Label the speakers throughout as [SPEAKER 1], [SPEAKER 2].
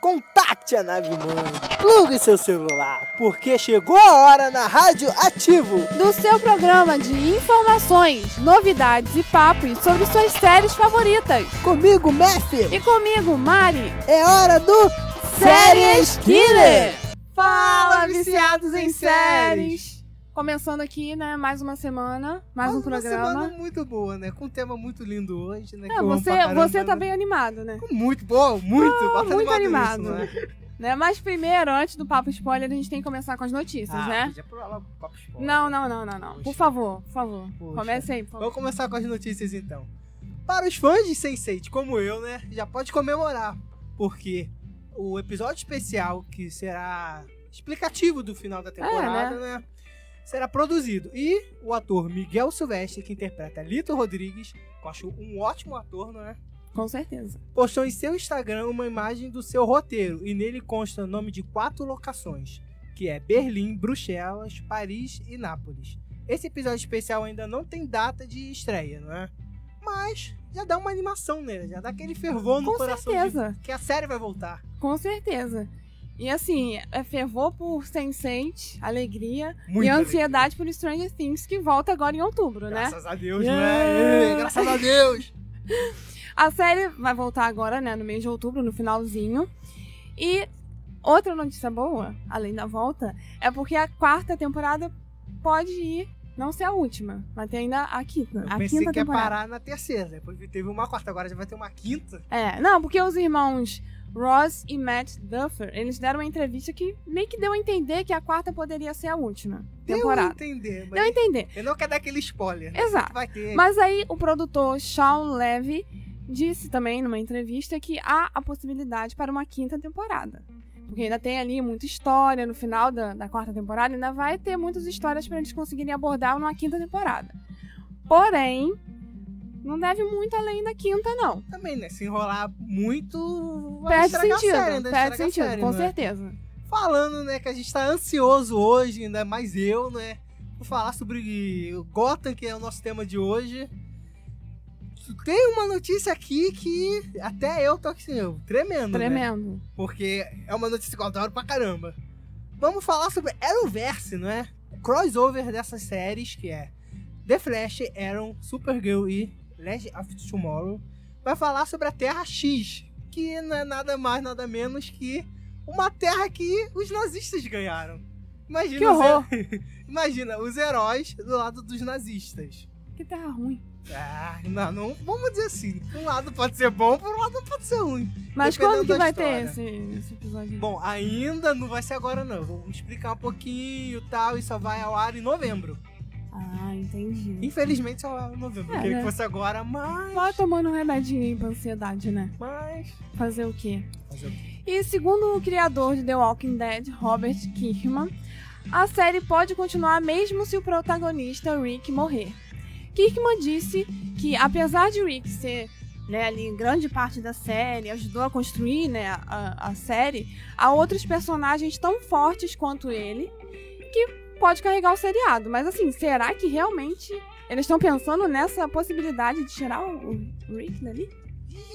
[SPEAKER 1] Contacte a nave mãe, plugue seu celular, porque chegou a hora na Rádio Ativo.
[SPEAKER 2] do seu programa de informações, novidades e papos sobre suas séries favoritas.
[SPEAKER 1] Comigo, Messi,
[SPEAKER 2] E comigo, Mari,
[SPEAKER 1] é hora do
[SPEAKER 2] Séries Killer!
[SPEAKER 3] Fala, viciados em séries!
[SPEAKER 2] Começando aqui, né, mais uma semana, mais um
[SPEAKER 3] Uma
[SPEAKER 2] programa.
[SPEAKER 3] semana muito boa, né? Com um tema muito lindo hoje, né? que
[SPEAKER 2] É,
[SPEAKER 3] eu amo pra
[SPEAKER 2] você,
[SPEAKER 3] caramba,
[SPEAKER 2] você tá
[SPEAKER 3] né?
[SPEAKER 2] bem animado, né?
[SPEAKER 3] Muito bom, muito. bastante
[SPEAKER 2] muito animado.
[SPEAKER 3] isso, né?
[SPEAKER 2] né? Mas primeiro, antes do papo spoiler, a gente tem que começar com as notícias,
[SPEAKER 3] Ah,
[SPEAKER 2] né?
[SPEAKER 3] podia pular logo o papo spoiler.
[SPEAKER 2] Não, não, não, não, não. Por
[SPEAKER 3] Poxa.
[SPEAKER 2] favor, por favor.
[SPEAKER 3] Poxa.
[SPEAKER 2] Comece aí, por favor.
[SPEAKER 3] Vamos começar com as notícias então. Para os fãs de Sense8, como eu, né, já pode comemorar, porque o episódio especial que será explicativo do final da temporada, né? será produzido. E o ator Miguel Silvestre, que interpreta Lito Rodrigues, que eu acho um ótimo ator, não é?
[SPEAKER 2] Com certeza.
[SPEAKER 3] postou em seu Instagram uma imagem do seu roteiro e nele consta o nome de quatro locações, que é Berlim, Bruxelas, Paris e Nápoles. Esse episódio especial ainda não tem data de estreia, não é? Mas já dá uma animação nele, já dá aquele fervor no
[SPEAKER 2] Com
[SPEAKER 3] coração
[SPEAKER 2] certeza.
[SPEAKER 3] de que a série vai voltar.
[SPEAKER 2] Com certeza. E assim, é fervor por Sense8, alegria
[SPEAKER 3] Muito
[SPEAKER 2] e ansiedade por Stranger Things, que volta agora em outubro, né?
[SPEAKER 3] Graças a Deus,
[SPEAKER 2] Yeah.
[SPEAKER 3] né? É, Graças a Deus.
[SPEAKER 2] A série vai voltar agora, né, no mês de outubro, no finalzinho. E outra notícia boa, além da volta, é porque a quarta temporada pode ir, não ser a última, mas tem ainda a quinta.
[SPEAKER 3] Eu
[SPEAKER 2] a
[SPEAKER 3] pensei
[SPEAKER 2] quinta
[SPEAKER 3] que ia
[SPEAKER 2] temporada.
[SPEAKER 3] parar na terceira, né? porque teve uma quarta, agora já vai ter uma quinta.
[SPEAKER 2] É, não, porque os irmãos Ross e Matt Duffer, eles deram uma entrevista que meio que deu a entender que a quarta poderia ser a última temporada.
[SPEAKER 3] Deu a entender, mas
[SPEAKER 2] Deu a É. entender.
[SPEAKER 3] eu não quero dar aquele spoiler. né?
[SPEAKER 2] Exato.
[SPEAKER 3] Vai ter.
[SPEAKER 2] Mas aí o produtor Shawn Levy disse também numa entrevista que há a possibilidade para uma quinta temporada. Porque ainda tem ali muita história no final da, da quarta temporada, ainda vai ter muitas histórias para eles conseguirem abordar numa quinta temporada. Porém, não deve muito além da quinta, não.
[SPEAKER 3] Também, né? Se enrolar muito, vai
[SPEAKER 2] Perde
[SPEAKER 3] estragar
[SPEAKER 2] sentido,
[SPEAKER 3] a série, né?
[SPEAKER 2] perde
[SPEAKER 3] Estragar a
[SPEAKER 2] sentido,
[SPEAKER 3] série,
[SPEAKER 2] com
[SPEAKER 3] né?
[SPEAKER 2] certeza.
[SPEAKER 3] Falando, né, que a gente tá ansioso hoje, ainda mais eu, né? Por falar sobre o Gotham, que é o nosso tema de hoje. Tem uma notícia aqui que até eu tô assim, eu, tremendo, né?
[SPEAKER 2] Tremendo.
[SPEAKER 3] Porque é uma notícia que eu adoro pra caramba. Vamos falar sobre Arrowverse, não é? Crossover dessas séries, que é The Flash, Arrow, Supergirl e Legend of Tomorrow. Vai falar sobre a Terra X, que não é nada mais, nada menos que uma terra que os nazistas ganharam. Imagina,
[SPEAKER 2] Que
[SPEAKER 3] os he-
[SPEAKER 2] horror.
[SPEAKER 3] Imagina os heróis do lado dos nazistas.
[SPEAKER 2] Que terra tá ruim.
[SPEAKER 3] Ah, não, não, vamos dizer assim, por um lado pode ser bom, por um lado pode ser ruim.
[SPEAKER 2] Mas
[SPEAKER 3] Dependendo
[SPEAKER 2] quando que
[SPEAKER 3] da
[SPEAKER 2] vai
[SPEAKER 3] história.
[SPEAKER 2] ter esse, esse episódio?
[SPEAKER 3] Bom, ainda não vai ser agora não. Vou explicar um pouquinho e tal, e só vai ao ar em novembro.
[SPEAKER 2] Ah, entendi.
[SPEAKER 3] Infelizmente só vai ao ar em novembro.
[SPEAKER 2] É,
[SPEAKER 3] Queria
[SPEAKER 2] né?
[SPEAKER 3] que fosse agora, mas.
[SPEAKER 2] Vai tomando um remedinho aí pra ansiedade, né?
[SPEAKER 3] Mas.
[SPEAKER 2] Fazer o quê?
[SPEAKER 3] Fazer o
[SPEAKER 2] E segundo o criador de The Walking Dead, Robert Kirkman, a série pode continuar mesmo se o protagonista Rick morrer. Kirkman disse que apesar de Rick ser né, ali grande parte da série, ajudou a construir né, a, a série, há outros personagens tão fortes quanto ele que pode carregar o seriado. Mas assim, será que realmente eles estão pensando nessa possibilidade de tirar o, o Rick dali?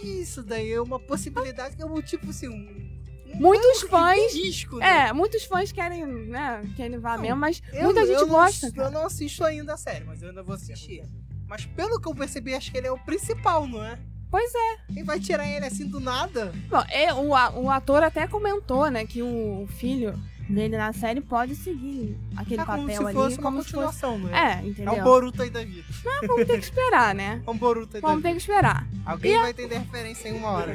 [SPEAKER 3] Isso daí é uma possibilidade que é um tipo assim. Um, um
[SPEAKER 2] Muitos
[SPEAKER 3] risco,
[SPEAKER 2] fãs-
[SPEAKER 3] tem risco, né?
[SPEAKER 2] É, muitos fãs querem, né, que ele vá
[SPEAKER 3] Não,
[SPEAKER 2] mesmo, mas
[SPEAKER 3] Eu-
[SPEAKER 2] muita
[SPEAKER 3] eu
[SPEAKER 2] gente
[SPEAKER 3] não-
[SPEAKER 2] gosta.
[SPEAKER 3] eu não assisto ainda a série, mas eu ainda vou assistir. Mas pelo que eu percebi, acho que ele é o principal, não é?
[SPEAKER 2] Pois
[SPEAKER 3] é. Quem vai tirar ele assim do nada?
[SPEAKER 2] Bom, e o, a- o ator até comentou, né, que o, o filho dele na série pode seguir aquele
[SPEAKER 3] É como
[SPEAKER 2] papel
[SPEAKER 3] se
[SPEAKER 2] ali.
[SPEAKER 3] fosse uma
[SPEAKER 2] como se fosse-
[SPEAKER 3] continuação, não é?
[SPEAKER 2] É,
[SPEAKER 3] É
[SPEAKER 2] entendeu?
[SPEAKER 3] um Boruto aí da vida.
[SPEAKER 2] Mas vamos ter que esperar, né?
[SPEAKER 3] É um Boruto aí da
[SPEAKER 2] Vamos
[SPEAKER 3] vida.
[SPEAKER 2] ter que esperar.
[SPEAKER 3] Alguém vai entender a referência em uma hora.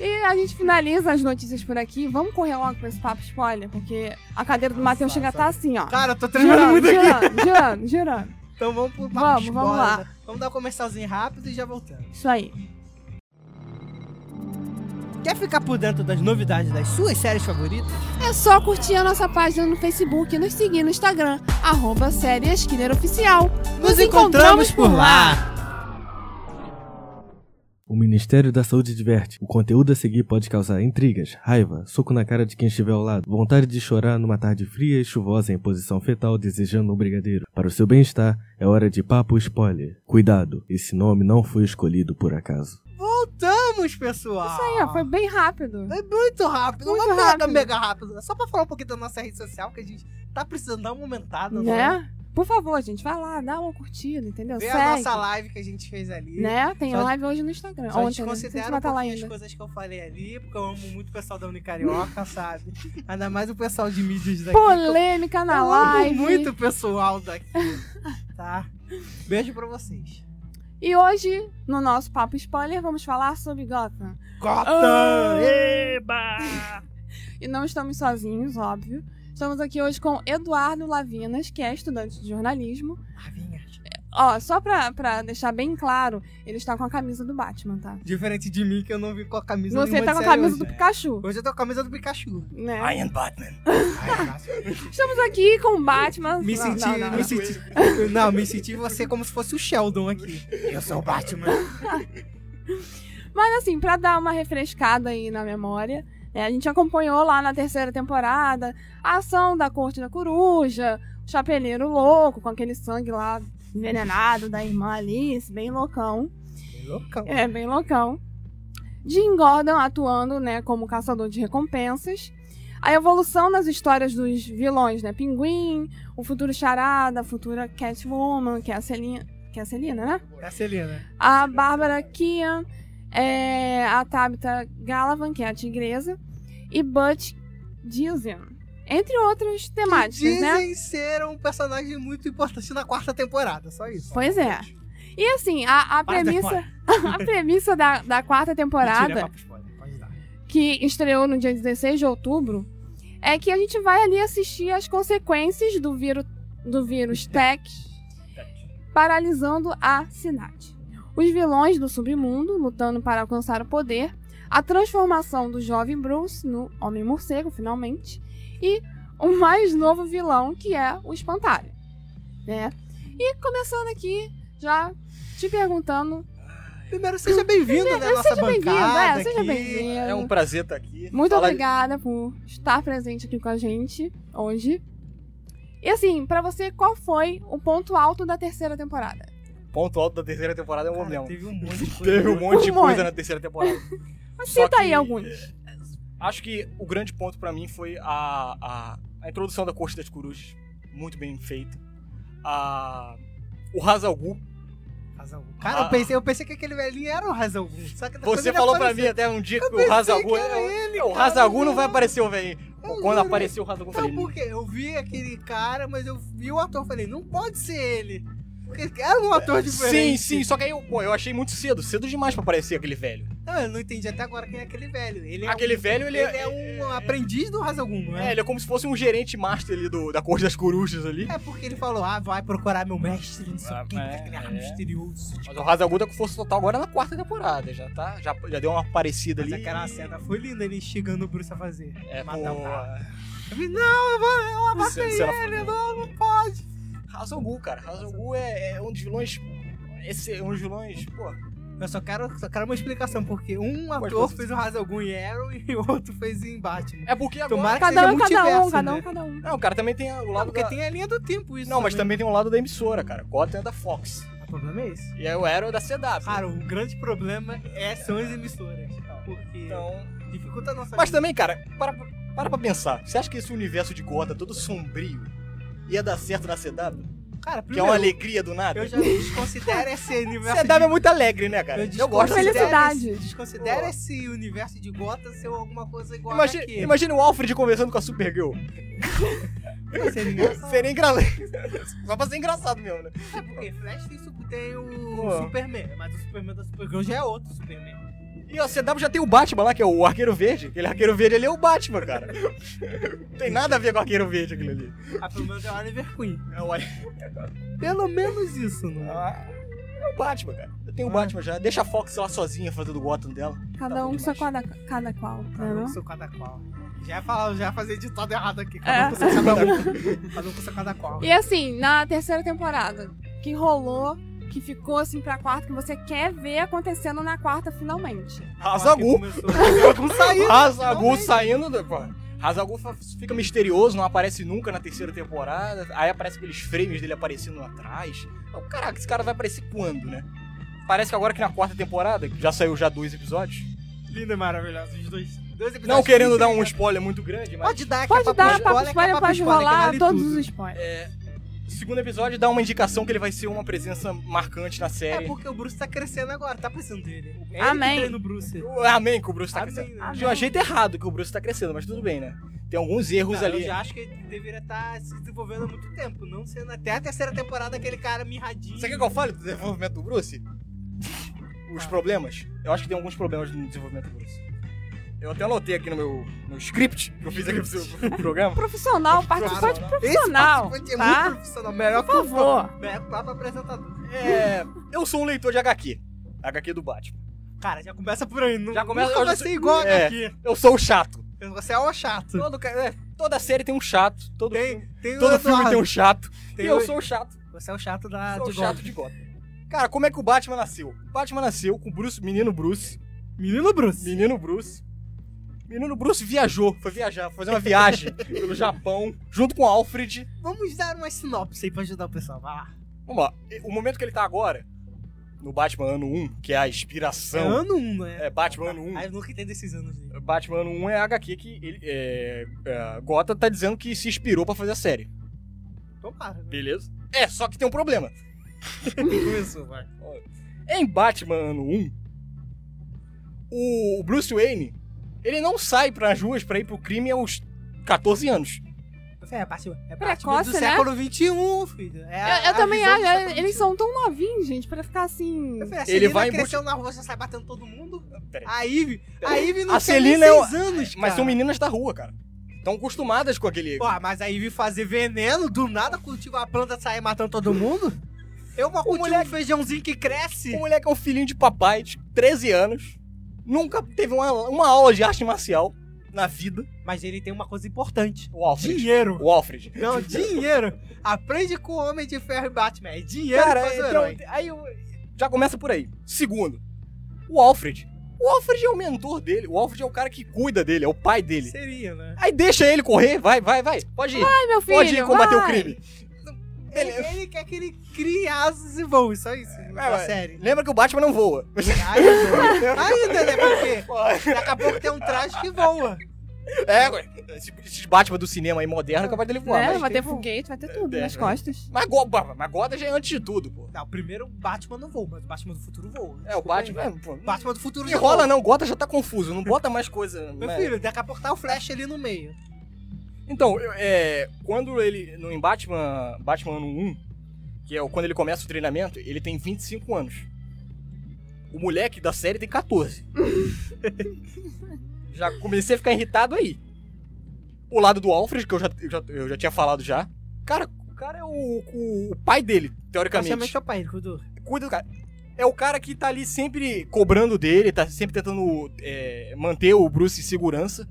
[SPEAKER 2] E a gente finaliza as notícias por aqui. Vamos correr logo pra esse papo spoiler, porque a cadeira do
[SPEAKER 3] Nossa,
[SPEAKER 2] Matheus chega a tá assim, ó.
[SPEAKER 3] Cara, eu tô tremendo
[SPEAKER 2] Girando,
[SPEAKER 3] muito aqui.
[SPEAKER 2] girando, girando, girando.
[SPEAKER 3] Então vamos pro papo
[SPEAKER 2] Vamos,
[SPEAKER 3] de
[SPEAKER 2] vamos
[SPEAKER 3] bola,
[SPEAKER 2] lá.
[SPEAKER 3] né? Vamos dar um comercialzinho rápido e já voltamos.
[SPEAKER 2] Isso aí.
[SPEAKER 3] Quer ficar por dentro das novidades das suas séries favoritas?
[SPEAKER 2] É só curtir a nossa página no Facebook e nos seguir no Instagram, arroba série Skinner Oficial. Nos encontramos por lá.
[SPEAKER 4] O Ministério da Saúde diverte. O conteúdo a seguir pode causar intrigas, raiva, soco na cara de quem estiver ao lado, vontade de chorar numa tarde fria e chuvosa em posição fetal desejando um brigadeiro. Para o seu bem-estar, é hora de papo spoiler. Cuidado, esse nome não foi escolhido por acaso.
[SPEAKER 3] Voltamos, pessoal!
[SPEAKER 2] Isso aí, ó, foi bem rápido.
[SPEAKER 3] É muito rápido,
[SPEAKER 2] Muito
[SPEAKER 3] não é mega,
[SPEAKER 2] rápido.
[SPEAKER 3] mega rápido. É só pra falar um pouquinho da nossa rede social, que a gente tá precisando dar uma aumentada, né?
[SPEAKER 2] Né? Por favor, gente, vai lá, dá uma curtida, entendeu?
[SPEAKER 3] Vê
[SPEAKER 2] Segue.
[SPEAKER 3] a nossa live que a gente fez ali.
[SPEAKER 2] Né? Tem
[SPEAKER 3] Só-
[SPEAKER 2] live hoje no Instagram.
[SPEAKER 3] Só
[SPEAKER 2] Ontem, né? Não sei se
[SPEAKER 3] desconsidera
[SPEAKER 2] vai
[SPEAKER 3] um
[SPEAKER 2] estar lá
[SPEAKER 3] pouquinho as
[SPEAKER 2] ainda.
[SPEAKER 3] coisas que eu falei ali, porque eu amo muito o pessoal da Unicarioca, sabe? Ainda mais o pessoal de mídias daqui. que eu-
[SPEAKER 2] Polêmica na
[SPEAKER 3] eu
[SPEAKER 2] Tá live.
[SPEAKER 3] amo muito o pessoal daqui, tá? Beijo pra vocês.
[SPEAKER 2] E hoje, no nosso Papo Spoiler, vamos falar sobre Gotham. Ah.
[SPEAKER 3] Gotham! Eba!
[SPEAKER 2] E não estamos sozinhos, óbvio. Estamos aqui hoje com Eduardo Lavinas, que é estudante de jornalismo.
[SPEAKER 3] Ah, Ravinhas.
[SPEAKER 2] Ó, só pra, pra deixar bem claro, ele está com a camisa do Batman, tá?
[SPEAKER 3] Diferente de mim, que eu não vim com a camisa
[SPEAKER 2] Você
[SPEAKER 3] nenhuma
[SPEAKER 2] tá
[SPEAKER 3] de
[SPEAKER 2] com a
[SPEAKER 3] série
[SPEAKER 2] camisa do
[SPEAKER 3] hoje.
[SPEAKER 2] Pikachu,
[SPEAKER 3] Hoje eu tô com a camisa do Pikachu.
[SPEAKER 2] né?
[SPEAKER 3] I am Batman. I am Batman.
[SPEAKER 2] Estamos aqui com o Batman.
[SPEAKER 3] me
[SPEAKER 2] Não,
[SPEAKER 3] senti,
[SPEAKER 2] não, não,
[SPEAKER 3] me
[SPEAKER 2] não.
[SPEAKER 3] senti. Não, me senti você como se fosse o Sheldon aqui. Eu sou o Batman.
[SPEAKER 2] Mas assim, pra dar uma refrescada aí na memória, né, a gente acompanhou lá na terceira temporada a ação da Corte da Coruja, o Chapeleiro Louco, com aquele sangue lá envenenado da irmã Alice, bem loucão.
[SPEAKER 3] Loucão.
[SPEAKER 2] É, bem loucão. Jim Gordon atuando, né, como caçador de recompensas. A evolução das histórias dos vilões, né? Pinguim, o futuro Charada, a futura Catwoman, que é a Celina, que é a Celina, né?
[SPEAKER 3] É a Celina.
[SPEAKER 2] a Bárbara Kian, é, a Tabitha Galavan, que é a tigresa, e Butch Dizem, entre outras temáticas, né?
[SPEAKER 3] Dizem ser um personagem muito importante na quarta temporada, só isso.
[SPEAKER 2] Pois é. E assim, a, a
[SPEAKER 3] Para de
[SPEAKER 2] premissa, a premissa da, da quarta
[SPEAKER 3] Mentira, é
[SPEAKER 2] temporada,
[SPEAKER 3] papo spoiler, pode dar.
[SPEAKER 2] que estreou no dia 16 de outubro, é que a gente vai ali assistir as consequências do vírus, do vírus Tech paralisando a cidade. Os vilões do submundo lutando para alcançar o poder, a transformação do jovem Bruce no Homem Morcego, finalmente, e o mais novo vilão que é o Espantalho. Né? E começando aqui, já te perguntando.
[SPEAKER 3] Primeiro, seja bem-vindo né, à nossa
[SPEAKER 2] Seja bem-vindo,
[SPEAKER 3] bancada
[SPEAKER 2] é, seja
[SPEAKER 3] aqui.
[SPEAKER 2] bem-vindo.
[SPEAKER 5] É um prazer estar aqui.
[SPEAKER 2] Muito
[SPEAKER 5] Fala-
[SPEAKER 2] obrigada por estar presente aqui com a gente hoje. E assim, pra você, qual foi o ponto alto da terceira temporada?
[SPEAKER 5] Ponto alto da terceira temporada é um
[SPEAKER 3] Cara,
[SPEAKER 5] problema.
[SPEAKER 3] teve um monte de coisa.
[SPEAKER 5] Teve um monte de
[SPEAKER 2] Um monte.
[SPEAKER 5] coisa na terceira temporada. Só
[SPEAKER 2] Cita aí
[SPEAKER 5] que- é,
[SPEAKER 2] alguns.
[SPEAKER 5] Acho que o grande ponto pra mim foi a, a, a introdução da Corte das Corujas, muito bem feita. A, o Hazalgu,
[SPEAKER 3] Razão. Cara, eu, pensei, eu pensei que aquele velhinho era o Razão. Só que depois
[SPEAKER 5] você
[SPEAKER 3] ele
[SPEAKER 5] falou pra
[SPEAKER 3] apareceu.
[SPEAKER 5] mim até um dia que
[SPEAKER 3] pensei
[SPEAKER 5] o Hazalgu.
[SPEAKER 3] que era ele,
[SPEAKER 5] o
[SPEAKER 3] cara,
[SPEAKER 5] Hazalgu não
[SPEAKER 3] eu-
[SPEAKER 5] vai aparecer o velho.
[SPEAKER 3] eu
[SPEAKER 5] Quando
[SPEAKER 3] juro.
[SPEAKER 5] apareceu o Hazalgu, eu falei.
[SPEAKER 3] Não, Tá um porque eu vi aquele cara, mas eu vi o ator. Falei, não pode ser ele. Porque era um ator
[SPEAKER 5] Sim,
[SPEAKER 3] diferente.
[SPEAKER 5] sim, só que aí eu, pô, eu achei muito cedo, cedo demais pra aparecer aquele velho.
[SPEAKER 3] Não, eu não entendi até agora quem é aquele velho. Ele é
[SPEAKER 5] Aquele
[SPEAKER 3] um,
[SPEAKER 5] velho, ele é-
[SPEAKER 3] é um aprendiz do Razagum, não é?
[SPEAKER 5] É, ele é como se fosse um gerente master ali do, da Corte das Corujas ali.
[SPEAKER 3] É porque ele falou, ah, vai procurar meu mestre, não sei o
[SPEAKER 5] Ah,
[SPEAKER 3] que,
[SPEAKER 5] é,
[SPEAKER 3] aquele ar
[SPEAKER 5] é.
[SPEAKER 3] misterioso.
[SPEAKER 5] Mas o Hazalgu tá com força total agora na quarta temporada, já tá? Já, já deu uma parecida
[SPEAKER 3] Mas é
[SPEAKER 5] ali.
[SPEAKER 3] aquela cena foi linda, ele instigando o Bruce a fazer.
[SPEAKER 5] É, pô,
[SPEAKER 3] Matar o cara. Eu falei, não, eu vou, eu abatei
[SPEAKER 5] Cena- cena
[SPEAKER 3] ele, né?
[SPEAKER 5] foda.
[SPEAKER 3] não, não pode.
[SPEAKER 5] Hazalgu, cara. Hazalgu é, é um dos vilões... Esse é um dos vilões, pô...
[SPEAKER 3] Eu só quero, só quero uma explicação, porque um
[SPEAKER 5] Pode
[SPEAKER 3] ator
[SPEAKER 5] fazer.
[SPEAKER 3] fez o Razagum em Arrow e o outro fez em Batman.
[SPEAKER 5] É porque agora...
[SPEAKER 3] Tomara que
[SPEAKER 2] Cada
[SPEAKER 3] seja
[SPEAKER 2] um, cada um,
[SPEAKER 3] multiverso,
[SPEAKER 2] cada
[SPEAKER 3] né?
[SPEAKER 2] um, cada um.
[SPEAKER 5] Não, cara, também tem o
[SPEAKER 3] Não,
[SPEAKER 5] lado
[SPEAKER 3] porque
[SPEAKER 5] da...
[SPEAKER 3] tem a linha do tempo isso
[SPEAKER 5] Não, mas também tem o lado da emissora, cara. Gotham é da Fox.
[SPEAKER 3] O problema é esse.
[SPEAKER 5] E aí o Arrow é da CW.
[SPEAKER 3] Cara, o grande problema é, são as emissoras. Porque
[SPEAKER 5] Então...
[SPEAKER 3] dificulta a nossa
[SPEAKER 5] Mas
[SPEAKER 3] vida.
[SPEAKER 5] também, cara, para, para pra pensar. Você acha que esse universo de Gotham é todo sombrio ia dar certo na CW?
[SPEAKER 3] Cara,
[SPEAKER 5] Que é
[SPEAKER 3] primeiro,
[SPEAKER 5] uma alegria do nada?
[SPEAKER 3] eu já desconsidero esse universo
[SPEAKER 5] CW é muito alegre, né, cara? Eu, gosto.
[SPEAKER 2] Feliz-
[SPEAKER 3] desconsidero
[SPEAKER 2] Felicidade.
[SPEAKER 3] esse- Desconsidera esse universo de Gotham ser alguma coisa igual
[SPEAKER 5] Imagina,
[SPEAKER 3] a HQ.
[SPEAKER 5] imagina o Alfred conversando com a Supergirl.
[SPEAKER 3] Não, seria engraçado.
[SPEAKER 5] Seria engraçado. Só pra ser engraçado mesmo, né?
[SPEAKER 3] É porque Flash tem, su- tem o
[SPEAKER 5] Pô.
[SPEAKER 3] Superman, mas o Superman da Supergirl já é outro Superman.
[SPEAKER 5] E a CW já tem o Batman lá, que é o Arqueiro Verde. Aquele Arqueiro Verde ali é o Batman, cara. Não tem nada a ver com o Arqueiro Verde aquele ali.
[SPEAKER 3] Ah, pelo menos é o Oliver Queen.
[SPEAKER 5] É o,
[SPEAKER 3] Pelo menos isso, não é?
[SPEAKER 5] Ah, é o Batman, cara. Eu tenho o Batman já. Deixa a Fox lá sozinha fazendo o Gotham dela.
[SPEAKER 2] Cada
[SPEAKER 5] Tá
[SPEAKER 2] um
[SPEAKER 5] bom
[SPEAKER 2] com seu
[SPEAKER 5] demais.
[SPEAKER 2] cada, cada qual, né?
[SPEAKER 3] Cada um
[SPEAKER 2] não?
[SPEAKER 3] com seu cada qual. Já ia, falar, já ia fazer ditado errado aqui.
[SPEAKER 2] É.
[SPEAKER 3] Cada um com seu cada um. Cada um com seu cada qual.
[SPEAKER 2] E assim, na terceira temporada, que rolou, que ficou assim pra quarta, que você quer ver acontecendo na quarta finalmente.
[SPEAKER 3] É Ah,
[SPEAKER 5] Razagu.
[SPEAKER 3] Razagu saiu.
[SPEAKER 5] Razagu saindo. do- pô, Razagu fa- fica misterioso, não aparece nunca na terceira Então, temporada. Aí aparece aqueles frames dele aparecendo lá atrás. Eu, Caraca, esse cara vai aparecer quando, né? Parece que agora que na quarta temporada, que já saiu já dois episódios.
[SPEAKER 3] Lindo e maravilhoso, os dois. dois episódios
[SPEAKER 5] Não querendo dar um
[SPEAKER 3] incríveis.
[SPEAKER 5] spoiler muito grande, mas.
[SPEAKER 3] Pode dar, que
[SPEAKER 2] Pode
[SPEAKER 3] é
[SPEAKER 2] dar
[SPEAKER 3] papo
[SPEAKER 2] papo
[SPEAKER 3] spoiler, que
[SPEAKER 2] spoiler,
[SPEAKER 3] é papo
[SPEAKER 2] pode
[SPEAKER 3] spoiler, que
[SPEAKER 2] rolar
[SPEAKER 3] vale
[SPEAKER 2] todos
[SPEAKER 3] tudo.
[SPEAKER 2] os spoilers.
[SPEAKER 5] O segundo episódio dá uma indicação que ele vai ser uma presença marcante na
[SPEAKER 3] É
[SPEAKER 5] série.
[SPEAKER 3] porque o Bruce tá crescendo agora, tá precisando dele. É
[SPEAKER 2] Amém.
[SPEAKER 3] Ele que treina o Bruce.
[SPEAKER 5] Eu- Amém que o Bruce tá
[SPEAKER 3] Amém,
[SPEAKER 5] crescendo.
[SPEAKER 3] né?
[SPEAKER 5] De um
[SPEAKER 2] Amém.
[SPEAKER 5] jeito errado que o Bruce tá crescendo, mas tudo bem, né? Tem alguns erros
[SPEAKER 3] Cara,
[SPEAKER 5] ali.
[SPEAKER 3] Eu já acho que ele deveria estar se desenvolvendo há muito tempo, não sendo até a terceira temporada aquele cara mirradinho.
[SPEAKER 5] Você quer que eu fale do desenvolvimento do Bruce?
[SPEAKER 3] Ah.
[SPEAKER 5] Os problemas? Eu acho que tem alguns problemas no desenvolvimento do Bruce. Eu até anotei aqui no meu no script que eu fiz aqui pro seu- pro programa.
[SPEAKER 2] Profissional, participante
[SPEAKER 5] Profissional.
[SPEAKER 2] profissional,
[SPEAKER 3] participante é muito
[SPEAKER 2] tá?
[SPEAKER 3] profissional. Melhor
[SPEAKER 2] Por
[SPEAKER 3] que o
[SPEAKER 2] favor.
[SPEAKER 3] próprio- Melhor que o próprio apresentador.
[SPEAKER 5] É, eu sou um leitor de HQ. HQ do Batman.
[SPEAKER 3] Cara, já começa por aí. Não,
[SPEAKER 5] Já começa-
[SPEAKER 3] nunca vai
[SPEAKER 5] eu-
[SPEAKER 3] ser igual
[SPEAKER 5] é.
[SPEAKER 3] aqui.
[SPEAKER 5] Eu sou o chato.
[SPEAKER 3] Você é o chato.
[SPEAKER 5] Todo ca- é, toda série tem um chato. Todo, filme,
[SPEAKER 3] Tem, tem o
[SPEAKER 5] todo filme tem um
[SPEAKER 3] Eduardo.
[SPEAKER 5] chato.
[SPEAKER 3] Tem
[SPEAKER 5] e eu
[SPEAKER 3] o-
[SPEAKER 5] sou o chato.
[SPEAKER 3] Você é o chato da
[SPEAKER 5] sou o
[SPEAKER 3] de
[SPEAKER 5] chato
[SPEAKER 3] Gotham.
[SPEAKER 5] de Gotham. Cara, como é que o Batman nasceu? O Batman nasceu com o Bruce, menino Bruce.
[SPEAKER 3] Menino Bruce.
[SPEAKER 5] Menino Bruce. Menino Bruce viajou, foi viajar, foi fazer uma viagem pelo Japão, junto com Alfred.
[SPEAKER 3] Vamos dar uma sinopse aí pra ajudar o pessoal. Vai lá.
[SPEAKER 5] Vamos lá. E- O momento que ele tá agora, no Batman Ano 1, que é a
[SPEAKER 3] É
[SPEAKER 5] inspiração.
[SPEAKER 3] ano 1, né?
[SPEAKER 5] É, Batman Ano
[SPEAKER 3] Ah, eu nunca entendo esses anos aí.
[SPEAKER 5] 1. Batman Ano 1 é a HQ que ele, é, é, Gotham tá dizendo que se inspirou pra fazer a série.
[SPEAKER 3] Tomara. né?
[SPEAKER 5] Beleza? É, só que tem um problema.
[SPEAKER 3] Começou, vai.
[SPEAKER 5] Em Batman Ano 1, o Bruce Wayne, ele não sai pras ruas pra ir pro crime aos 14 anos.
[SPEAKER 3] É a parte, é a parte
[SPEAKER 2] Precoce,
[SPEAKER 3] do
[SPEAKER 2] né?
[SPEAKER 3] século XXI, filho. É a-
[SPEAKER 2] Eu, eu
[SPEAKER 3] a
[SPEAKER 2] também
[SPEAKER 3] visão do
[SPEAKER 2] acho,
[SPEAKER 5] tá
[SPEAKER 3] século
[SPEAKER 2] eles
[SPEAKER 3] XXI.
[SPEAKER 2] são tão novinhos, gente, pra ficar assim.
[SPEAKER 3] Eu falei, a
[SPEAKER 5] Ele
[SPEAKER 3] Celina
[SPEAKER 5] vai em
[SPEAKER 3] cresceu na rua, já sai batendo todo mundo.
[SPEAKER 5] Peraí.
[SPEAKER 3] A Ivy, a Ivy não
[SPEAKER 5] A
[SPEAKER 3] tem
[SPEAKER 5] Celina é o-
[SPEAKER 3] 6 anos,
[SPEAKER 5] Mas
[SPEAKER 3] cara.
[SPEAKER 5] são meninas da rua, cara. Estão acostumadas com aquele.
[SPEAKER 3] Pô, mas a Ivy fazer veneno, do nada cultivar a planta, sair matando todo mundo. Eu vou cultivo um feijãozinho que cresce.
[SPEAKER 5] O moleque é um filhinho de papai de 13 anos. Nunca teve uma, uma aula de arte marcial na vida.
[SPEAKER 3] Mas ele tem uma coisa importante.
[SPEAKER 5] O Alfred.
[SPEAKER 3] Dinheiro.
[SPEAKER 5] O Alfred.
[SPEAKER 3] Não, dinheiro. Aprende com o Homem de Ferro e Batman. É dinheiro
[SPEAKER 5] Cara,
[SPEAKER 3] pra fazer o
[SPEAKER 5] então,
[SPEAKER 3] herói.
[SPEAKER 5] aí eu- já começa por aí. Segundo, o Alfred. O Alfred é o mentor dele. O Alfred é o cara que cuida dele, é o pai dele.
[SPEAKER 3] Seria, né?
[SPEAKER 5] Aí deixa ele correr, vai, vai, vai. Pode ir.
[SPEAKER 2] Ai, meu filho.
[SPEAKER 5] Pode ir combater o
[SPEAKER 2] vai.
[SPEAKER 5] crime.
[SPEAKER 3] Ele,
[SPEAKER 5] Ele-
[SPEAKER 3] ele quer que ele crie asas e voe, só isso. na
[SPEAKER 5] é.
[SPEAKER 3] série.
[SPEAKER 5] Lembra que o Batman não voa.
[SPEAKER 3] Ainda, ainda, né? Porque daqui a pouco tem um traje que voa.
[SPEAKER 5] É, ué. Esse, esse Batman do cinema aí moderno é capaz dele voar.
[SPEAKER 2] Né?
[SPEAKER 5] mas,
[SPEAKER 2] vai ter
[SPEAKER 3] tem-
[SPEAKER 2] foguete, vai ter tudo
[SPEAKER 5] É,
[SPEAKER 2] nas
[SPEAKER 5] é.
[SPEAKER 2] costas.
[SPEAKER 5] mas, Go- mas Goda já é antes de tudo, pô.
[SPEAKER 3] Não, o primeiro Batman não voa, mas o Batman do futuro voa.
[SPEAKER 5] É, o Batman. é, pô, não-
[SPEAKER 3] Batman do futuro
[SPEAKER 5] Não
[SPEAKER 3] já
[SPEAKER 5] enrola
[SPEAKER 3] voa.
[SPEAKER 5] não, Gota já tá confuso, não bota mais coisa.
[SPEAKER 3] Meu
[SPEAKER 5] né?
[SPEAKER 3] filho, daqui a pouco tá o Flash ali no meio.
[SPEAKER 5] Então, eu- é, quando ele, no em Batman, Batman ano 1, que é o- quando ele começa o treinamento, ele tem 25 anos. O moleque da série tem 14. já comecei a ficar irritado aí. O lado do Alfred, que eu já, eu já, eu já tinha falado já. Cara, o cara é o, o- o pai dele, teoricamente.
[SPEAKER 3] Basicamente é o pai, Kudu.
[SPEAKER 5] cuida do cara. É o cara que tá ali sempre cobrando dele, tá sempre tentando é, manter o Bruce em segurança.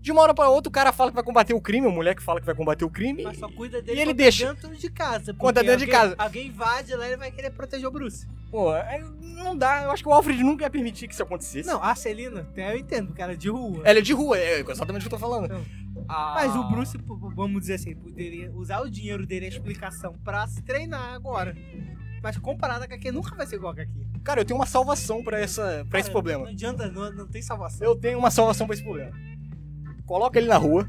[SPEAKER 5] De uma hora pra outra, o cara fala que vai combater o crime, o moleque fala que vai combater o crime.
[SPEAKER 3] Mas só cuida dele
[SPEAKER 5] E ele
[SPEAKER 3] quando tá
[SPEAKER 5] deixa.
[SPEAKER 3] dentro de casa. porque
[SPEAKER 5] Quando tá dentro de
[SPEAKER 3] alguém-
[SPEAKER 5] casa.
[SPEAKER 3] Alguém invade lá e ele vai querer proteger o Bruce.
[SPEAKER 5] Pô, é, não dá. Eu acho que o Alfred nunca ia permitir que isso acontecesse.
[SPEAKER 3] Não, a Celina, até eu entendo, porque ela é de rua.
[SPEAKER 5] Ela é de rua, é exatamente o que eu tô falando.
[SPEAKER 3] Não.
[SPEAKER 5] Ah,
[SPEAKER 3] Mas o Bruce, p- p- vamos dizer assim, poderia usar o dinheiro dele, a explicação, pra se treinar agora. Mas comparado com a HQ, nunca vai ser igual a HQ.
[SPEAKER 5] Cara, eu tenho uma salvação pra, essa, pra esse
[SPEAKER 3] Cara,
[SPEAKER 5] problema.
[SPEAKER 3] Não adianta, não, não tem salvação.
[SPEAKER 5] Eu tenho uma salvação pra esse problema. Coloca ele na rua.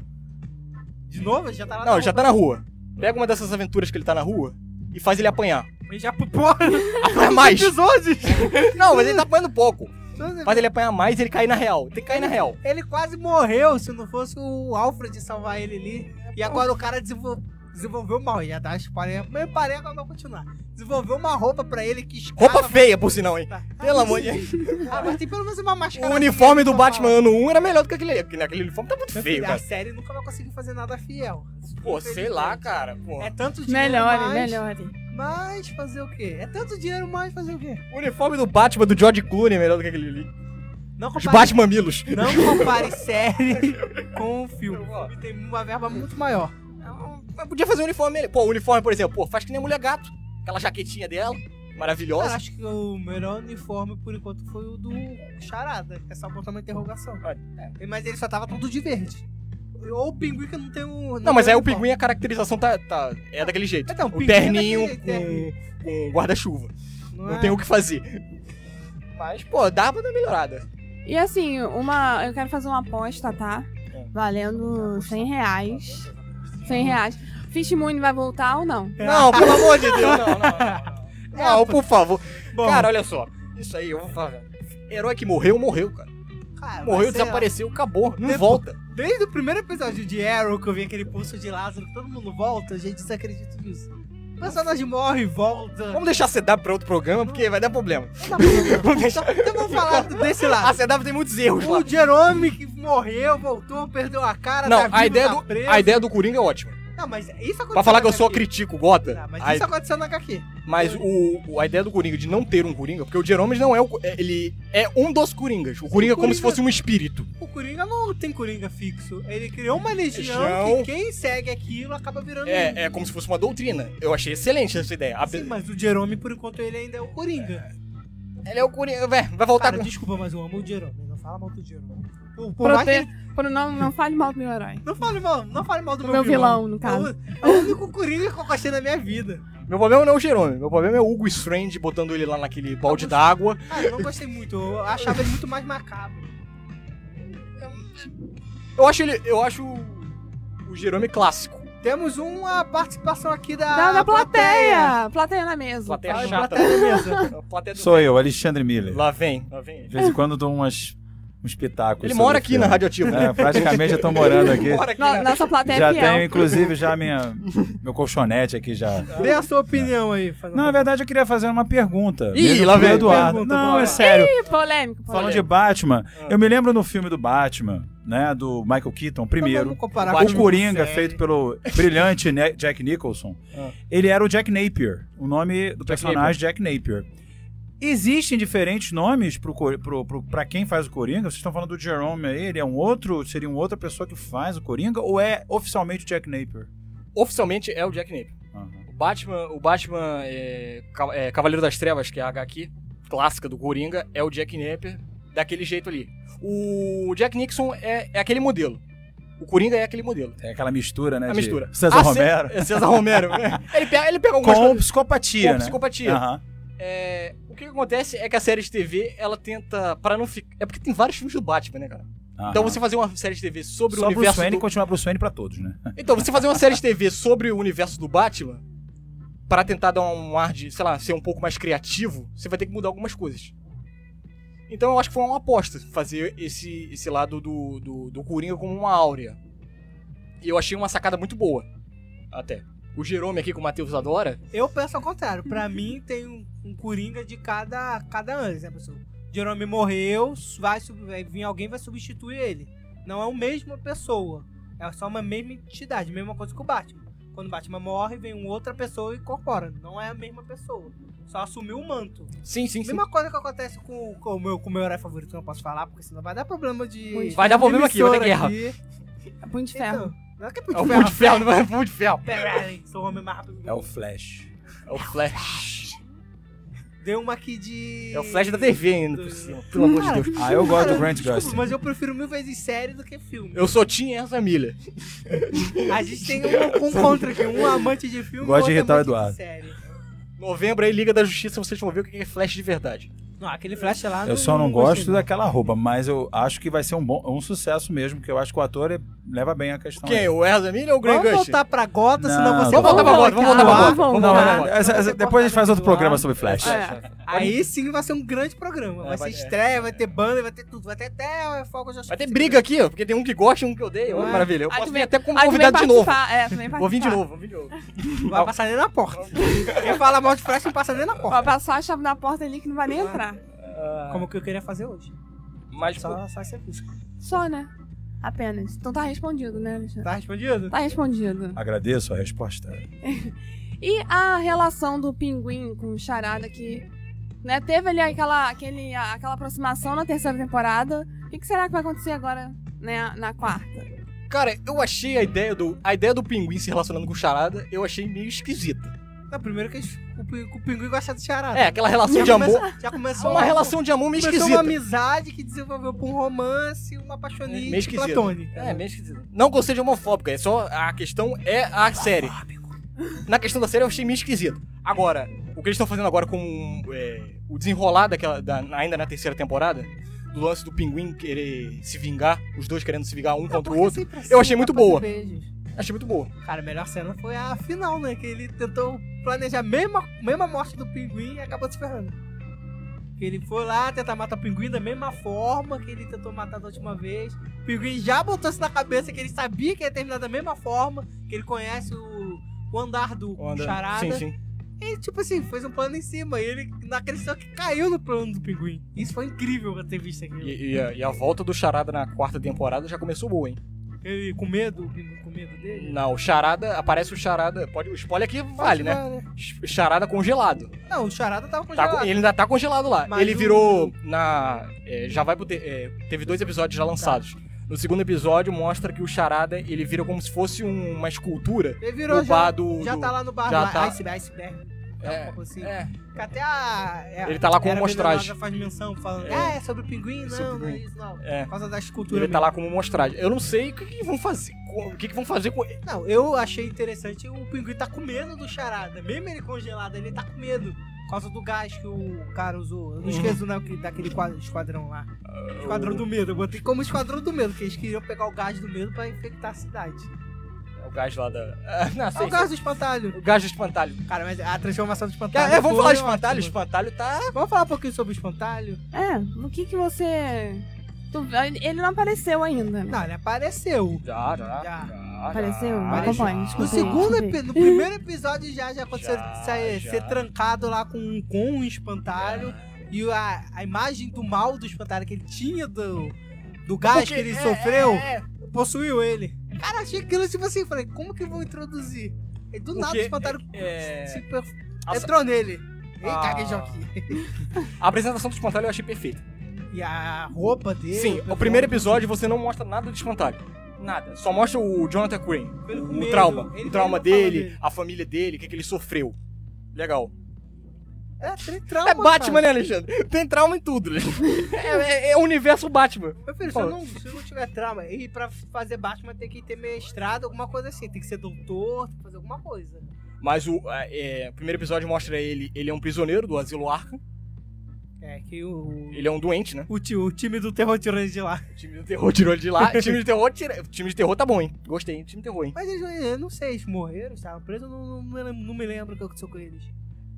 [SPEAKER 3] De novo, já tá lá
[SPEAKER 5] Não,
[SPEAKER 3] na
[SPEAKER 5] já tá na rua. Pega uma dessas aventuras que ele tá na rua e faz ele apanhar.
[SPEAKER 3] Mas já porra,
[SPEAKER 5] Apanhar mais!
[SPEAKER 3] episódios!
[SPEAKER 5] Não, mas ele tá apanhando pouco.
[SPEAKER 3] Então,
[SPEAKER 5] Faz ele apanhar mais e ele cair na real. Tem que cair na real.
[SPEAKER 3] Ele quase morreu se não fosse o Alfred salvar ele ali. E agora o cara desenvol- desenvolveu uma roupa. Já dá spoiler. Mas eu parei, agora vou continuar. Desenvolveu uma roupa pra ele que escala.
[SPEAKER 5] Roupa feia, por sinal, hein?
[SPEAKER 3] Tá.
[SPEAKER 5] Pelo
[SPEAKER 3] Ah,
[SPEAKER 5] amor de Deus.
[SPEAKER 3] Ah, mas tem pelo menos uma máscara.
[SPEAKER 5] O uniforme do Batman ano 1 era melhor do que aquele. Aquele, aquele uniforme tá muito feio,
[SPEAKER 3] A
[SPEAKER 5] cara.
[SPEAKER 3] série nunca vai conseguir fazer nada fiel.
[SPEAKER 5] Pô, sei lá, cara. pô.
[SPEAKER 3] É tanto dinheiro.
[SPEAKER 2] Melhore,
[SPEAKER 3] mais,
[SPEAKER 2] melhore.
[SPEAKER 3] Mas fazer o quê? É tanto dinheiro, mas fazer o quê?
[SPEAKER 5] O uniforme do Batman do George Clooney é melhor do que aquele ali.
[SPEAKER 3] Não
[SPEAKER 5] Os
[SPEAKER 3] compare,
[SPEAKER 5] Batman Milos.
[SPEAKER 3] não compare série com o filme. O filme tem uma verba muito maior.
[SPEAKER 5] Mas podia fazer um uniforme melhor. Pô, o uniforme, por exemplo, pô, faz que nem a mulher gato. Aquela jaquetinha dela,
[SPEAKER 3] Cara,
[SPEAKER 5] maravilhosa.
[SPEAKER 3] Ah, acho que o melhor uniforme por enquanto foi o do Charada. É só botar uma interrogação.
[SPEAKER 5] Olha,
[SPEAKER 3] Mas ele só tava todo de verde. Ou o pinguim que não tem o.
[SPEAKER 5] Não, mas
[SPEAKER 3] tem
[SPEAKER 5] aí o
[SPEAKER 3] uniforme.
[SPEAKER 5] pinguim, a caracterização tá, tá- é daquele jeito.
[SPEAKER 3] Então,
[SPEAKER 5] O
[SPEAKER 3] pinguim é
[SPEAKER 5] terninho
[SPEAKER 3] daquele
[SPEAKER 5] com, com guarda-chuva.
[SPEAKER 3] Não,
[SPEAKER 5] Não
[SPEAKER 3] é-
[SPEAKER 5] tem o que fazer. Mas, pô, dá pra dar uma melhorada.
[SPEAKER 2] E assim, uma. Eu quero fazer uma aposta, tá?
[SPEAKER 5] É. tá.
[SPEAKER 2] Valendo 100 reais. 100 reais. Fishmoon vai voltar ou não?
[SPEAKER 3] É.
[SPEAKER 5] Não, pelo amor de Deus, não, não, não, não. Não, por favor.
[SPEAKER 3] Bom,
[SPEAKER 5] Cara, olha só. Isso aí, eu vou falar. Herói que morreu, morreu, cara.
[SPEAKER 3] cara,
[SPEAKER 5] Morreu,
[SPEAKER 3] vai ser-
[SPEAKER 5] desapareceu, acabou. Não
[SPEAKER 3] Depo-
[SPEAKER 5] volta.
[SPEAKER 3] é Desde o primeiro episódio de Arrow que eu vi aquele pulso de Lázaro, que todo mundo volta, gente, você acredita nisso? O personagem morre e volta.
[SPEAKER 5] Vamos deixar a CW pra outro programa, porque vai dar problema. Vamos deixar.
[SPEAKER 3] Então vamos falar desse
[SPEAKER 5] A
[SPEAKER 3] lado.
[SPEAKER 5] CW tem muitos erros lá.
[SPEAKER 3] O Jerome que morreu, voltou, perdeu a cara, tá
[SPEAKER 5] Não,
[SPEAKER 3] vivo,
[SPEAKER 5] a ideia,
[SPEAKER 3] tá
[SPEAKER 5] do,
[SPEAKER 3] preso.
[SPEAKER 5] a ideia do Coringa é ótima.
[SPEAKER 3] Não, mas isso aconteceu.
[SPEAKER 5] Pra falar que eu
[SPEAKER 3] na
[SPEAKER 5] só
[SPEAKER 3] HQ.
[SPEAKER 5] critico o
[SPEAKER 3] Não,
[SPEAKER 5] Gota,
[SPEAKER 3] é Tá, mas
[SPEAKER 5] a-
[SPEAKER 3] isso é aconteceu na HQ.
[SPEAKER 5] mas o, o- a ideia do Coringa de não ter um Coringa, porque o Jerome não é o. é- Ele é um dos Coringas. O Coringa é como se
[SPEAKER 3] Coringa-
[SPEAKER 5] fosse um espírito.
[SPEAKER 3] O Coringa não tem Coringa fixo. Ele criou uma legião
[SPEAKER 5] Legião.
[SPEAKER 3] que quem segue aquilo acaba virando um.
[SPEAKER 5] É, é como se fosse uma doutrina. Eu achei excelente essa ideia. Ape-
[SPEAKER 3] Sim, mas o Jerome, por enquanto, ele ainda é o Coringa.
[SPEAKER 5] Ele é Tá o Coringa. Vé, vai voltar
[SPEAKER 3] Cara,
[SPEAKER 5] com.
[SPEAKER 3] desculpa, mas eu amo o Jerome. Não fala mal do Jerome. Por, por mais que
[SPEAKER 2] Prote...
[SPEAKER 3] ele-
[SPEAKER 2] Pro... Não, não fale mal do meu herói.
[SPEAKER 3] Não fale mal, não fale mal do
[SPEAKER 2] Do
[SPEAKER 3] meu,
[SPEAKER 2] meu vilão, no
[SPEAKER 3] É
[SPEAKER 2] caso.
[SPEAKER 3] o, é o único Coringa que eu achei na minha vida.
[SPEAKER 5] Meu problema não é o Jerome, meu problema é o Hugo Strange botando ele lá naquele balde d'água.
[SPEAKER 3] Cara, eu não gostei muito. Eu achava ele muito mais macabro.
[SPEAKER 5] Eu acho ele. Eu acho o o Jerome clássico.
[SPEAKER 3] Temos uma participação aqui da.
[SPEAKER 2] Da, da plateia! Plateia na mesa.
[SPEAKER 5] Ah, Plateia
[SPEAKER 3] Ai,
[SPEAKER 5] chata.
[SPEAKER 3] plateia mesmo.
[SPEAKER 5] Plateia do-
[SPEAKER 6] Sou eu, Alexandre Miller.
[SPEAKER 5] Lá vem, lá vem.
[SPEAKER 6] De vez em quando eu dou umas, uns pitacos.
[SPEAKER 5] Ele
[SPEAKER 6] sobre
[SPEAKER 5] mora
[SPEAKER 6] o
[SPEAKER 5] aqui
[SPEAKER 6] filme.
[SPEAKER 5] na Radioativa.
[SPEAKER 6] É, praticamente já tô morando aqui.
[SPEAKER 5] Mora aqui
[SPEAKER 2] No-
[SPEAKER 5] na-
[SPEAKER 2] nossa plateia
[SPEAKER 6] Já
[SPEAKER 2] é fiel.
[SPEAKER 6] tenho, inclusive, já minha, meu colchonete aqui já.
[SPEAKER 3] Dê a sua opinião aí.
[SPEAKER 6] Não, na
[SPEAKER 3] velho.
[SPEAKER 6] verdade eu queria fazer uma pergunta.
[SPEAKER 5] Ih,
[SPEAKER 6] Mesmo
[SPEAKER 5] lá
[SPEAKER 6] pro
[SPEAKER 5] vem.
[SPEAKER 6] Eduardo.
[SPEAKER 3] Pergunta,
[SPEAKER 6] Não,
[SPEAKER 3] bora.
[SPEAKER 6] é sério.
[SPEAKER 2] Ih, polêmico,
[SPEAKER 6] Falando
[SPEAKER 2] polêmico.
[SPEAKER 6] de Batman,
[SPEAKER 5] Ah.
[SPEAKER 6] eu me lembro no filme do Batman, né? Do Michael Keaton, primeiro.
[SPEAKER 3] Então Vamos comparar
[SPEAKER 5] Batman
[SPEAKER 6] o
[SPEAKER 3] com
[SPEAKER 6] Coringa,
[SPEAKER 3] série.
[SPEAKER 6] feito pelo brilhante Ne- Jack Nicholson,
[SPEAKER 5] Ah.
[SPEAKER 6] ele era o Jack Napier, o nome do personagem Jack Napier. Existem diferentes nomes pro, Cor- pro, pro, pra quem faz o Coringa? Vocês estão falando do Jerome aí, ele é um outro, seria uma outra pessoa que faz o Coringa, ou é oficialmente o Jack Napier?
[SPEAKER 5] Oficialmente é o Jack Napier.
[SPEAKER 6] Aham.
[SPEAKER 5] O Batman, o Batman é, Ca- é, Cavaleiro das Trevas, que é a HQ clássica do Coringa, é o Jack Napier daquele jeito ali. O Jack Nixon é, é aquele modelo. O Coringa é aquele modelo.
[SPEAKER 6] É aquela mistura, né?
[SPEAKER 5] A
[SPEAKER 6] de
[SPEAKER 5] mistura.
[SPEAKER 6] César
[SPEAKER 5] Ah, Cê-
[SPEAKER 6] Romero.
[SPEAKER 5] É César Romero. né? ele pega, ele pega algumas
[SPEAKER 6] Com
[SPEAKER 5] coisas-
[SPEAKER 6] psicopatia,
[SPEAKER 5] com
[SPEAKER 6] né?
[SPEAKER 5] psicopatia.
[SPEAKER 6] Aham.
[SPEAKER 5] É, o que acontece é que a série de TV, ela tenta, para não ficar... É porque tem vários filmes do Batman, né, cara? Então
[SPEAKER 6] aham.
[SPEAKER 5] você fazer uma série de TV sobre
[SPEAKER 6] Só
[SPEAKER 5] o
[SPEAKER 6] Bruce
[SPEAKER 5] universo
[SPEAKER 6] Wayne
[SPEAKER 5] do...
[SPEAKER 6] e continuar Bruce Wayne pra todos, né?
[SPEAKER 5] Então, você fazer uma série de TV sobre o universo do Batman, pra tentar dar um ar de, sei lá, ser um pouco mais criativo, você vai ter que mudar algumas coisas. Então eu acho que foi uma aposta fazer esse, esse lado do, do, do Coringa como uma áurea. E eu achei uma sacada muito boa. Até. O Jerome aqui, que o Matheus adora,
[SPEAKER 3] Eu penso ao contrário. Pra mim, tem um, um Coringa de cada, cada ano, né, pessoal? Jerome morreu, vai, sub- vai vir alguém vai substituir ele. Não é a mesma pessoa. É só uma mesma entidade, mesma coisa que o Batman. Quando o Batman morre, vem uma outra pessoa e incorpora. Não é a mesma pessoa. Só assumiu o manto.
[SPEAKER 5] sim, sim, sim.
[SPEAKER 3] Mesma coisa que acontece com, com o meu, com o meu herói favorito, que eu não posso falar, porque senão vai dar problema de.
[SPEAKER 5] Vai dar problema aqui, vai ter
[SPEAKER 3] emissora
[SPEAKER 5] guerra.
[SPEAKER 3] aqui.
[SPEAKER 2] Punho de ferro.
[SPEAKER 3] Então, não é que é
[SPEAKER 5] É o Punho de
[SPEAKER 3] muito ferro.
[SPEAKER 5] Ferro, não é o Punho de Ferro.
[SPEAKER 3] Peraí, Sou o homem mais rápido do
[SPEAKER 6] É o
[SPEAKER 3] mundo.
[SPEAKER 6] Flash.
[SPEAKER 5] É o Flash.
[SPEAKER 3] Deu uma aqui de.
[SPEAKER 5] É o Flash da TV ainda por cima, pelo amor de
[SPEAKER 3] Cara,
[SPEAKER 5] Deus.
[SPEAKER 6] Ah, eu gosto do
[SPEAKER 3] Cara,
[SPEAKER 6] Grant
[SPEAKER 3] desculpa,
[SPEAKER 6] Gustin.
[SPEAKER 3] Mas eu prefiro mil vezes série do que filme.
[SPEAKER 5] Eu sou Tim e essa milha.
[SPEAKER 3] A gente tem um, um contra aqui, um amante de filme
[SPEAKER 6] Gosto de
[SPEAKER 3] e outro
[SPEAKER 6] irritar o
[SPEAKER 3] amante
[SPEAKER 6] Eduardo.
[SPEAKER 3] de série.
[SPEAKER 5] Novembro aí, Liga da Justiça, vocês vão ver o que é Flash de verdade.
[SPEAKER 3] Não, aquele flash lá.
[SPEAKER 6] Eu só não gosto
[SPEAKER 3] Ah, gostei,
[SPEAKER 6] daquela roupa, mas eu acho que vai ser um bom um sucesso mesmo, porque eu acho que o ator ele leva bem a questão.
[SPEAKER 5] Quem?
[SPEAKER 6] aí.
[SPEAKER 5] O Ezra Miller ou o Grey
[SPEAKER 3] Vamos
[SPEAKER 5] Gustin?
[SPEAKER 3] voltar pra Gota, senão
[SPEAKER 6] Não,
[SPEAKER 3] você
[SPEAKER 6] não.
[SPEAKER 5] Vamos voltar pra
[SPEAKER 3] vai
[SPEAKER 5] Gota, vamos voltar pra
[SPEAKER 3] acabar.
[SPEAKER 5] Gota. Ah, Vamos
[SPEAKER 6] Não,
[SPEAKER 5] voltar pra
[SPEAKER 6] não,
[SPEAKER 5] Gota.
[SPEAKER 6] essa- essa- depois a gente faz outro
[SPEAKER 3] Eduardo.
[SPEAKER 6] programa sobre
[SPEAKER 5] Então,
[SPEAKER 6] Flash.
[SPEAKER 2] É.
[SPEAKER 3] Aí sim vai ser um grande programa.
[SPEAKER 5] É,
[SPEAKER 3] Vai ser
[SPEAKER 5] vai-
[SPEAKER 3] estreia, vai ter banda, vai ter tudo. Vai ter até fogo já
[SPEAKER 5] Vai ter briga aqui, ó, porque tem um que gosta e um que odeia. Olha,
[SPEAKER 3] Ah.
[SPEAKER 5] maravilha. Eu
[SPEAKER 2] Aí
[SPEAKER 5] posso
[SPEAKER 2] tu
[SPEAKER 5] vir
[SPEAKER 2] vem-
[SPEAKER 5] até como
[SPEAKER 2] Aí tu vem
[SPEAKER 5] um convidado de novo.
[SPEAKER 2] participar, É, tu vem
[SPEAKER 5] Vou vir de
[SPEAKER 2] participar.
[SPEAKER 5] novo, vou vir de novo.
[SPEAKER 3] Vai passar nem na porta. Quem falar mal de flash não passa nem na porta.
[SPEAKER 2] Vai passar a chave da porta ali que não vai nem entrar.
[SPEAKER 3] Como que eu queria fazer hoje.
[SPEAKER 5] Ah. Mas, pô,
[SPEAKER 3] Só, só essa música.
[SPEAKER 2] Só, né? Apenas. Então tá respondido, né, Alexandre?
[SPEAKER 3] Tá respondido?
[SPEAKER 2] Tá respondido.
[SPEAKER 6] Agradeço a resposta.
[SPEAKER 2] E a relação do pinguim com o charada que. Né, teve ali aquela, aquele, aquela aproximação na terceira temporada. O que, que será que vai acontecer agora né, na quarta?
[SPEAKER 5] cara, eu achei a ideia do. A ideia do pinguim se relacionando com o charada, eu achei meio esquisita.
[SPEAKER 3] Não, primeiro que o, pin- o pinguim gosta de charada.
[SPEAKER 5] É, aquela relação
[SPEAKER 3] Já
[SPEAKER 5] de amor.
[SPEAKER 3] começa- Já começou
[SPEAKER 5] Uma relação de amor meio
[SPEAKER 3] Começou uma
[SPEAKER 5] esquisita.
[SPEAKER 3] amizade que desenvolveu pra um romance, uma apaixonite
[SPEAKER 5] Meio esquisita.
[SPEAKER 3] platônica.
[SPEAKER 5] É, meio esquisita. Não que eu seja homofóbico, é só. A questão é a série. Na questão da série eu achei meio esquisito. Agora, o que eles estão fazendo agora com é, o desenrolar daquela, da- ainda na terceira temporada, do lance do pinguim querer se vingar, os dois querendo se vingar
[SPEAKER 3] É,
[SPEAKER 5] um contra o outro, Eu achei muito boa. achei muito boa.
[SPEAKER 3] assim, Cara, a melhor cena foi a final, né? Que ele tentou planejar a mesma, mesma morte do pinguim e acabou se ferrando. Que ele foi lá tentar matar o pinguim da mesma forma que ele tentou matar da última vez. O pinguim já botou isso na cabeça que ele sabia que ia terminar da mesma forma, que ele conhece o, o andar do
[SPEAKER 5] Onda-
[SPEAKER 3] charada.
[SPEAKER 5] Sim, sim.
[SPEAKER 3] E tipo assim, fez um plano em cima. E ele não acreditou que caiu no plano do pinguim. Isso foi incrível eu ter visto aquilo.
[SPEAKER 5] E, e a, e a volta do Charada na quarta temporada já começou boa, hein?
[SPEAKER 3] Ele com medo, o pinguim com medo dele.
[SPEAKER 5] Não, o Charada, aparece o Charada, pode, o spoiler aqui vale, né? Ch- Charada congelado.
[SPEAKER 3] Não, o charada tava
[SPEAKER 5] Tá
[SPEAKER 3] congelado.
[SPEAKER 5] co- ele ainda tá congelado lá.
[SPEAKER 3] Mas
[SPEAKER 5] ele
[SPEAKER 3] o-
[SPEAKER 5] virou na. é, já vai pro. te- é, teve dois episódios já lançados.
[SPEAKER 3] Tá.
[SPEAKER 5] No segundo episódio mostra que o Charada ele vira como se fosse um- uma escultura
[SPEAKER 3] Ele virou
[SPEAKER 5] no
[SPEAKER 3] já.
[SPEAKER 5] bar do.
[SPEAKER 3] Já
[SPEAKER 5] do-
[SPEAKER 3] tá lá no bar,
[SPEAKER 5] já
[SPEAKER 3] lá,
[SPEAKER 5] tá.
[SPEAKER 3] iceberg, iceberg.
[SPEAKER 5] É,
[SPEAKER 3] É, assim.
[SPEAKER 5] é.
[SPEAKER 3] Que Até a. é,
[SPEAKER 5] Ele tá lá
[SPEAKER 3] a
[SPEAKER 5] como
[SPEAKER 3] Vera
[SPEAKER 5] mostragem.
[SPEAKER 3] Venenosa faz menção, falando.
[SPEAKER 5] É.
[SPEAKER 3] Ah, é sobre o pinguim? Não,
[SPEAKER 5] É sobre o
[SPEAKER 3] não é
[SPEAKER 5] pinguim.
[SPEAKER 3] isso, não.
[SPEAKER 5] É.
[SPEAKER 3] Por causa da escultura.
[SPEAKER 5] Ele tá
[SPEAKER 3] mesmo.
[SPEAKER 5] lá como mostragem. Eu não sei o que, que vão fazer. com- O que, que vão fazer com ele.
[SPEAKER 3] Não, eu achei interessante o pinguim tá com medo do charada. Mesmo ele congelado, ele tá com medo. Por causa do gás que o cara usou. Eu não
[SPEAKER 5] Uhum.
[SPEAKER 3] esqueço né, o nome que- daquele quadro- esquadrão lá. Esquadrão do Medo. Eu botei como Esquadrão do Medo, que eles queriam pegar o gás do medo pra infectar a cidade.
[SPEAKER 5] É o gás lá da. Ah, não,
[SPEAKER 3] É
[SPEAKER 5] sei,
[SPEAKER 3] o gás do espantalho.
[SPEAKER 5] sei. O gás do espantalho.
[SPEAKER 3] Cara, mas a transformação do espantalho.
[SPEAKER 5] É, é,
[SPEAKER 3] foi
[SPEAKER 5] vamos falar de espantalho. O
[SPEAKER 3] ótima.
[SPEAKER 5] espantalho tá.
[SPEAKER 3] Vamos falar um pouquinho sobre o espantalho?
[SPEAKER 2] É, o que que você... Tu- Ele não apareceu ainda. né?
[SPEAKER 3] Não, ele apareceu.
[SPEAKER 5] Já, já.
[SPEAKER 3] Já.
[SPEAKER 5] já,
[SPEAKER 2] Apareceu?
[SPEAKER 5] já,
[SPEAKER 2] Acompanhe,
[SPEAKER 5] já.
[SPEAKER 2] desculpa.
[SPEAKER 3] No
[SPEAKER 2] Entendi,
[SPEAKER 3] segundo
[SPEAKER 2] entendi.
[SPEAKER 3] epi- no primeiro episódio já, já aconteceu
[SPEAKER 5] Já,
[SPEAKER 3] de sair-
[SPEAKER 5] já. É.
[SPEAKER 3] ser trancado lá com, com um espantalho. E a, a imagem do mal do espantalho que ele tinha do, do gás
[SPEAKER 5] Porque-
[SPEAKER 3] que ele
[SPEAKER 5] é,
[SPEAKER 3] sofreu
[SPEAKER 5] é, é.
[SPEAKER 3] possuiu ele. Cara, achei aquilo tipo assim, falei, como que vou introduzir? E do nada o
[SPEAKER 5] Porque,
[SPEAKER 3] espantalho
[SPEAKER 5] é,
[SPEAKER 3] se per-
[SPEAKER 5] a-
[SPEAKER 3] entrou nele. Ei,
[SPEAKER 5] Ah.
[SPEAKER 3] caguejou aqui.
[SPEAKER 5] A apresentação do espantalho eu achei perfeita.
[SPEAKER 3] E a roupa dele.
[SPEAKER 5] Sim, o primeiro episódio você não mostra nada do espantalho. Nada. Só mostra o Jonathan Crane.
[SPEAKER 3] Ele com
[SPEAKER 5] o
[SPEAKER 3] medo,
[SPEAKER 5] trauma.
[SPEAKER 3] ele
[SPEAKER 5] o trauma
[SPEAKER 3] mesmo fala
[SPEAKER 5] dele,
[SPEAKER 3] dele.
[SPEAKER 5] a família dele, o que, que ele sofreu. Legal.
[SPEAKER 3] É, tem trauma,
[SPEAKER 5] É Batman,
[SPEAKER 3] cara.
[SPEAKER 5] né, Alexandre? Tem trauma em tudo. né? Alexandre. é, é, é o universo Batman.
[SPEAKER 3] Meu filho, se
[SPEAKER 5] Fala.
[SPEAKER 3] eu, não, se eu não tiver trauma, e pra fazer Batman tem que ter mestrado, alguma coisa assim. Tem que ser doutor, tem que fazer alguma coisa.
[SPEAKER 5] Mas o, a- é, o primeiro episódio mostra ele. Ele é um prisioneiro do asilo Arkham.
[SPEAKER 3] É, que o.
[SPEAKER 5] Ele é um doente, né?
[SPEAKER 3] O, ti- o time do terror tirou ele de lá.
[SPEAKER 5] O time do terror tirou ele de lá. O time de terror tira... o time de terror tá bom, hein? Gostei, hein? Time de terror, hein?
[SPEAKER 3] Mas eles, eu não sei, eles morreram, estavam presos, eu não, não, me lembro- não me lembro o que aconteceu com eles.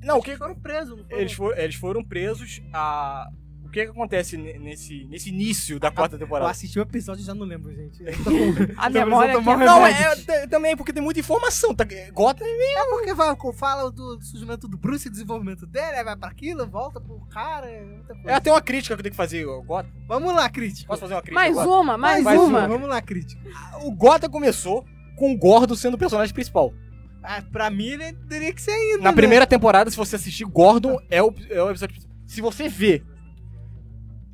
[SPEAKER 5] Não, o que,
[SPEAKER 3] Eles foram presos, não foram?
[SPEAKER 5] Eles, for- eles foram presos. A... O que, que acontece ne- nesse, nesse início da quarta
[SPEAKER 3] Eu
[SPEAKER 5] temporada?
[SPEAKER 3] assisti o episódio e já não lembro, gente.
[SPEAKER 2] A
[SPEAKER 3] Então,
[SPEAKER 2] memória
[SPEAKER 3] eu vou tomar
[SPEAKER 2] aqui...
[SPEAKER 3] um
[SPEAKER 5] Não,
[SPEAKER 2] Não, é-
[SPEAKER 5] é, é- t- também porque tem muita informação. Tá, Gotham
[SPEAKER 3] É porque fala, fala do surgimento do Bruce, do desenvolvimento dele, aí vai pra aquilo, volta pro cara, é muita
[SPEAKER 5] é
[SPEAKER 3] coisa.
[SPEAKER 5] até uma crítica que eu tenho que fazer. ó, Gotham.
[SPEAKER 3] Vamos lá, crítico.
[SPEAKER 5] Posso fazer uma crítica?
[SPEAKER 2] Mais
[SPEAKER 5] agora?
[SPEAKER 2] uma, mais,
[SPEAKER 5] Mais
[SPEAKER 2] uma.
[SPEAKER 3] Vamos lá, crítico.
[SPEAKER 5] O Gotham começou com o Gordo sendo o personagem principal.
[SPEAKER 3] Ah, pra mim, ele teria que ser ainda.
[SPEAKER 5] Na
[SPEAKER 3] né?
[SPEAKER 5] primeira temporada, se você assistir, Gordon é o, é o episódio principal. Se você vê.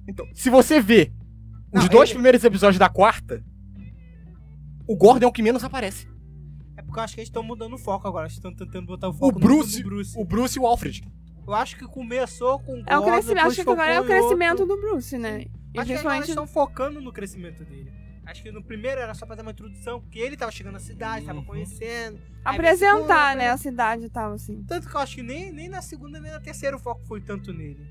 [SPEAKER 5] Então, se você vê os
[SPEAKER 3] Não,
[SPEAKER 5] dois
[SPEAKER 3] ele-
[SPEAKER 5] primeiros episódios da quarta, o Gordon é o que menos aparece.
[SPEAKER 3] É porque eu acho que eles estão mudando o foco agora. Eles estão tentando botar o foco
[SPEAKER 5] Bruce-
[SPEAKER 3] no Bruce.
[SPEAKER 5] O Bruce e o Alfred.
[SPEAKER 3] Eu acho que começou com
[SPEAKER 2] É o
[SPEAKER 3] Gordon,
[SPEAKER 2] crescimento,
[SPEAKER 3] depois
[SPEAKER 2] acho que agora é
[SPEAKER 3] focou
[SPEAKER 2] o
[SPEAKER 3] em outro.
[SPEAKER 2] crescimento do Bruce, né? E
[SPEAKER 3] Acho que agora eles
[SPEAKER 2] principalmente
[SPEAKER 3] estão focando no crescimento dele. Acho que no primeiro era só pra dar uma introdução, porque ele tava chegando na cidade, tava
[SPEAKER 5] Uhum.
[SPEAKER 3] conhecendo.
[SPEAKER 2] apresentar,
[SPEAKER 3] Aí,
[SPEAKER 2] né, a cidade e tal, assim.
[SPEAKER 3] Tanto que eu acho que nem, nem na segunda nem na terceira o foco foi tanto nele.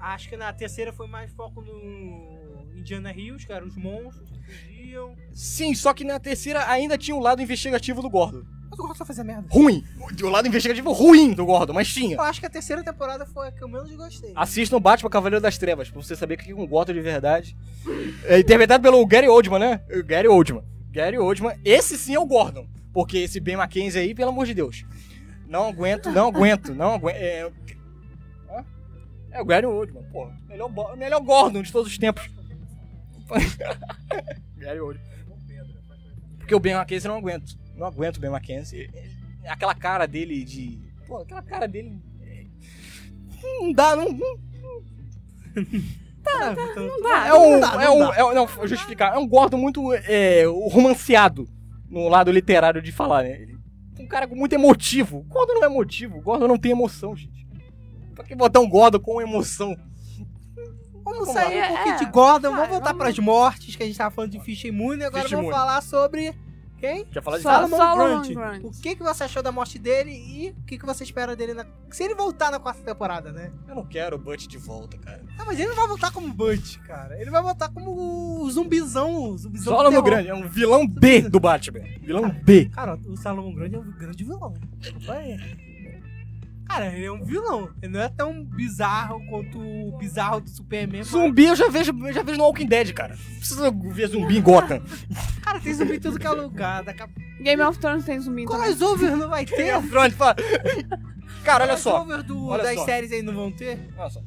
[SPEAKER 3] Acho que na terceira foi mais foco no Indiana Hills, que eram os monstros que fugiam.
[SPEAKER 5] Sim, só que na terceira ainda tinha o lado investigativo do Gordo.
[SPEAKER 3] Mas o Gordo só fazia merda.
[SPEAKER 5] Ruim. O lado investigativo ruim do Gordo, mas tinha.
[SPEAKER 3] Eu acho que a terceira temporada foi a que eu menos gostei.
[SPEAKER 5] Assista o Batman Cavaleiro das Trevas, pra você saber o que é um Gordo de verdade. É interpretado pelo Gary Oldman, né? O Gary Oldman. Gary Oldman, esse sim é o Gordon. Porque esse Ben Mackenzie aí, pelo amor de Deus. Não aguento, não aguento, não aguento. É, Hã? é o Gary Oldman, pô. Melhor, bo- melhor Gordon de todos os tempos. Gary Oldman. Porque o Ben Mackenzie eu não aguento. Não aguento o Ben Mackenzie. Ele- ele- Aquela cara dele de... Pô, aquela cara dele... é, Não dá, não,
[SPEAKER 3] tá, então-
[SPEAKER 2] Não dá.
[SPEAKER 5] é um,
[SPEAKER 3] não dá, não
[SPEAKER 5] é um,
[SPEAKER 3] dá.
[SPEAKER 5] é um- não, vou justificar. É um gordo muito é, romanceado no lado literário de falar, né? Ele- Um cara muito emotivo. Gordo não é emotivo. Gordo não tem emoção, gente. Pra que botar um gordo com emoção?
[SPEAKER 3] Vamos
[SPEAKER 5] Vamos
[SPEAKER 3] sair
[SPEAKER 2] lá.
[SPEAKER 3] um pouquinho
[SPEAKER 2] É,
[SPEAKER 3] de Gordon,
[SPEAKER 2] vai,
[SPEAKER 3] vamos voltar
[SPEAKER 2] vamos.
[SPEAKER 3] pras mortes, que a gente tava falando de Fish Imune, agora
[SPEAKER 5] Fish
[SPEAKER 3] vamos
[SPEAKER 5] Imune.
[SPEAKER 3] falar sobre Quem?
[SPEAKER 5] Já falar de
[SPEAKER 2] Só-
[SPEAKER 5] Sal
[SPEAKER 3] Solomon,
[SPEAKER 2] Solomon
[SPEAKER 3] Grundy.
[SPEAKER 2] Grundy.
[SPEAKER 3] O que, que você achou da morte dele e o que, que você espera dele na... se ele voltar na quarta temporada, né?
[SPEAKER 5] Eu não quero o Butch de volta, cara.
[SPEAKER 3] Não, mas ele não vai voltar como Butch, cara. Ele vai voltar como o zumbizão, o zumbizão do
[SPEAKER 5] Solomon
[SPEAKER 3] terror.
[SPEAKER 5] Grande é um vilão B do Batman. Vilão B.
[SPEAKER 3] Cara, o Salomão Grande é um grande vilão. Vai. Cara, ele é um vilão. Ele não é tão bizarro quanto o bizarro do Superman. mas-
[SPEAKER 5] Zumbi eu já vejo, eu já vejo no Walking Dead, cara. Não precisa ver zumbi em Gotham.
[SPEAKER 3] Cara, tem zumbi em tudo que é lugar. Daqui a...
[SPEAKER 2] Game of Thrones tem zumbi também.
[SPEAKER 3] Crossover não vai ter.
[SPEAKER 5] Grande, fala. Cara, olha só.
[SPEAKER 3] Crossover do,
[SPEAKER 5] olha
[SPEAKER 3] das
[SPEAKER 5] só.
[SPEAKER 3] séries aí não vão ter.
[SPEAKER 5] Olha só.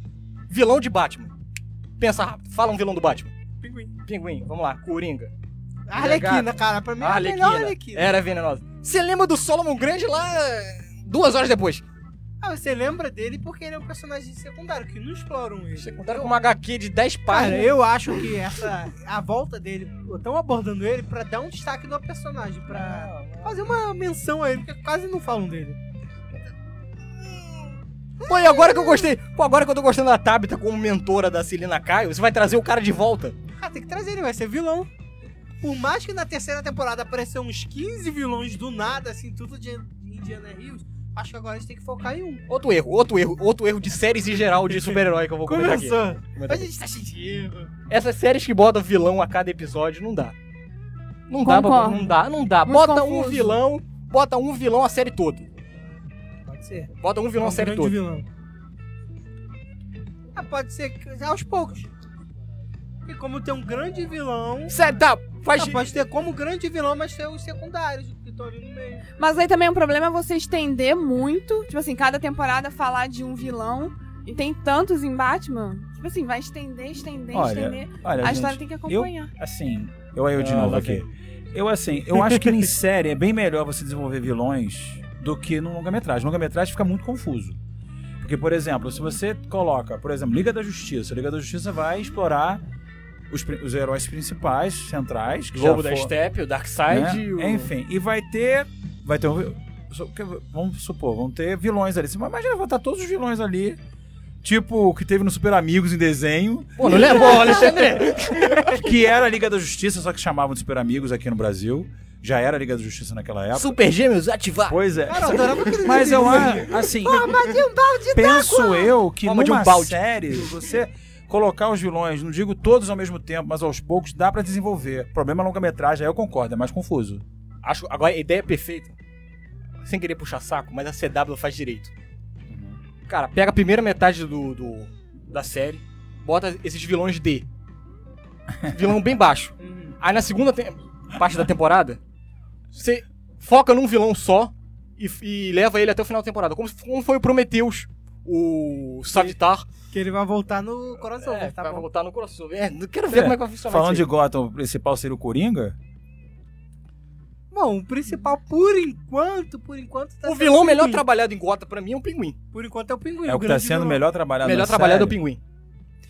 [SPEAKER 5] Vilão de Batman. Pensa rápido. Fala um vilão do Batman.
[SPEAKER 3] Pinguim.
[SPEAKER 5] Pinguim, vamos lá. Coringa. é
[SPEAKER 3] Arlequina, cara. Pra mim é a melhor Arlequina.
[SPEAKER 5] Era venenosa. Você lembra do Solomon Grande lá eh, duas horas depois?
[SPEAKER 3] Ah, você lembra dele porque ele é um personagem secundário, que não exploram ele.
[SPEAKER 5] Você contaram com uma HQ de 10 páginas.
[SPEAKER 3] Cara, eu acho que essa a volta dele, estão abordando ele pra dar um destaque no personagem, pra fazer uma menção a ele, porque quase não falam dele.
[SPEAKER 5] Pô, e agora que eu gostei. Pô, agora que eu tô gostando da Tabitha como mentora da Celina Caio, você vai trazer o cara de volta.
[SPEAKER 3] Ah, tem que trazer ele, vai ser vilão. Por mais que na terceira temporada apareceu uns 15 vilões do nada, assim, tudo de Indiana Hills, acho que agora a gente tem que focar em um.
[SPEAKER 5] Outro erro, outro erro, outro erro de séries em geral de super-herói que eu vou comentar aqui.
[SPEAKER 3] A
[SPEAKER 5] Comentar aqui.
[SPEAKER 3] gente tá cheio de erro.
[SPEAKER 5] Essas séries que botam vilão a cada episódio, não dá. Não dá, pra,
[SPEAKER 2] Concordo.
[SPEAKER 5] não dá, não dá.
[SPEAKER 2] Muito
[SPEAKER 5] bota um
[SPEAKER 2] confuso.
[SPEAKER 5] vilão, bota um vilão a série toda.
[SPEAKER 3] Pode ser.
[SPEAKER 5] Bota um vilão a
[SPEAKER 3] um
[SPEAKER 5] série
[SPEAKER 3] grande
[SPEAKER 5] toda.
[SPEAKER 3] vilão. Ah, pode ser que- aos poucos. E como tem um grande vilão,
[SPEAKER 5] Sério, tá, faz.
[SPEAKER 3] Ah, pode ter como grande vilão, mas tem os secundários que estão ali no meio.
[SPEAKER 2] Mas aí também o problema é você estender muito. Tipo assim, cada temporada falar de um vilão. E tem tantos em Batman. Tipo assim, vai estender, estender,
[SPEAKER 6] Olha,
[SPEAKER 2] estender.
[SPEAKER 6] Olha,
[SPEAKER 2] A
[SPEAKER 6] gente,
[SPEAKER 2] história tem que acompanhar.
[SPEAKER 6] assim, eu aí eu de
[SPEAKER 5] Ah,
[SPEAKER 6] novo
[SPEAKER 5] lá
[SPEAKER 6] aqui. Eu assim, eu acho que em série é bem melhor você desenvolver vilões do que no longa-metragem. Longa-metragem fica muito confuso. Porque, por exemplo, se você coloca, por exemplo, Liga da Justiça, Liga da Justiça vai explorar os, pri- os heróis principais, centrais, que já
[SPEAKER 5] Globo da
[SPEAKER 6] for-
[SPEAKER 5] Step, o
[SPEAKER 6] né?
[SPEAKER 5] Darkseid. o-
[SPEAKER 6] Enfim, e vai ter. Vai ter um. vi- so- que- Vamos supor, vão ter vilões ali. Você imagina, vão estar todos os vilões ali. Tipo o que teve no Super Amigos em desenho,
[SPEAKER 5] Pô, não lembro, Alexandre.
[SPEAKER 6] que era a Liga da Justiça, só que chamavam de Super Amigos aqui no Brasil. Já era a Liga da Justiça naquela época.
[SPEAKER 5] Super Gêmeos, ativar.
[SPEAKER 6] Pois é.
[SPEAKER 3] Cara, eu adorava aquele
[SPEAKER 6] Mas eu
[SPEAKER 3] desenho.
[SPEAKER 6] acho, assim. penso eu que
[SPEAKER 5] Forma de um
[SPEAKER 6] numa
[SPEAKER 5] balde.
[SPEAKER 6] série, você colocar os vilões, não digo todos ao mesmo tempo, mas aos poucos, dá pra desenvolver. Problema é longa-metragem, aí eu concordo, é mais confuso.
[SPEAKER 5] Acho agora a ideia é perfeita. Sem querer puxar saco, mas a CW faz direito.
[SPEAKER 6] Uhum.
[SPEAKER 5] Cara, pega a primeira metade do, do- da série, bota esses vilões D. Vilão bem baixo.
[SPEAKER 3] Uhum.
[SPEAKER 5] Aí na segunda tem- parte da temporada, você foca num vilão só e, e leva ele até o final da temporada. Como, como foi o Prometheus, o Savitar.
[SPEAKER 3] Que ele vai voltar no coração,
[SPEAKER 5] É,
[SPEAKER 3] tá
[SPEAKER 5] vai
[SPEAKER 3] bom.
[SPEAKER 5] voltar no crossover. É, não quero ver
[SPEAKER 6] É,
[SPEAKER 5] como é que vai funcionar
[SPEAKER 6] Falando
[SPEAKER 5] isso
[SPEAKER 6] de
[SPEAKER 5] aí.
[SPEAKER 6] Gotham, o principal seria o Coringa?
[SPEAKER 3] Bom, o principal, por enquanto, por enquanto... Tá
[SPEAKER 5] O
[SPEAKER 3] sendo
[SPEAKER 5] vilão melhor
[SPEAKER 3] pinguim.
[SPEAKER 5] trabalhado em Gota pra mim é um pinguim.
[SPEAKER 3] Por enquanto é o pinguim.
[SPEAKER 6] É o que tá
[SPEAKER 3] grande
[SPEAKER 6] sendo
[SPEAKER 3] vilão.
[SPEAKER 6] melhor trabalhado
[SPEAKER 5] melhor
[SPEAKER 6] na
[SPEAKER 5] trabalhado é o
[SPEAKER 6] série.
[SPEAKER 5] pinguim.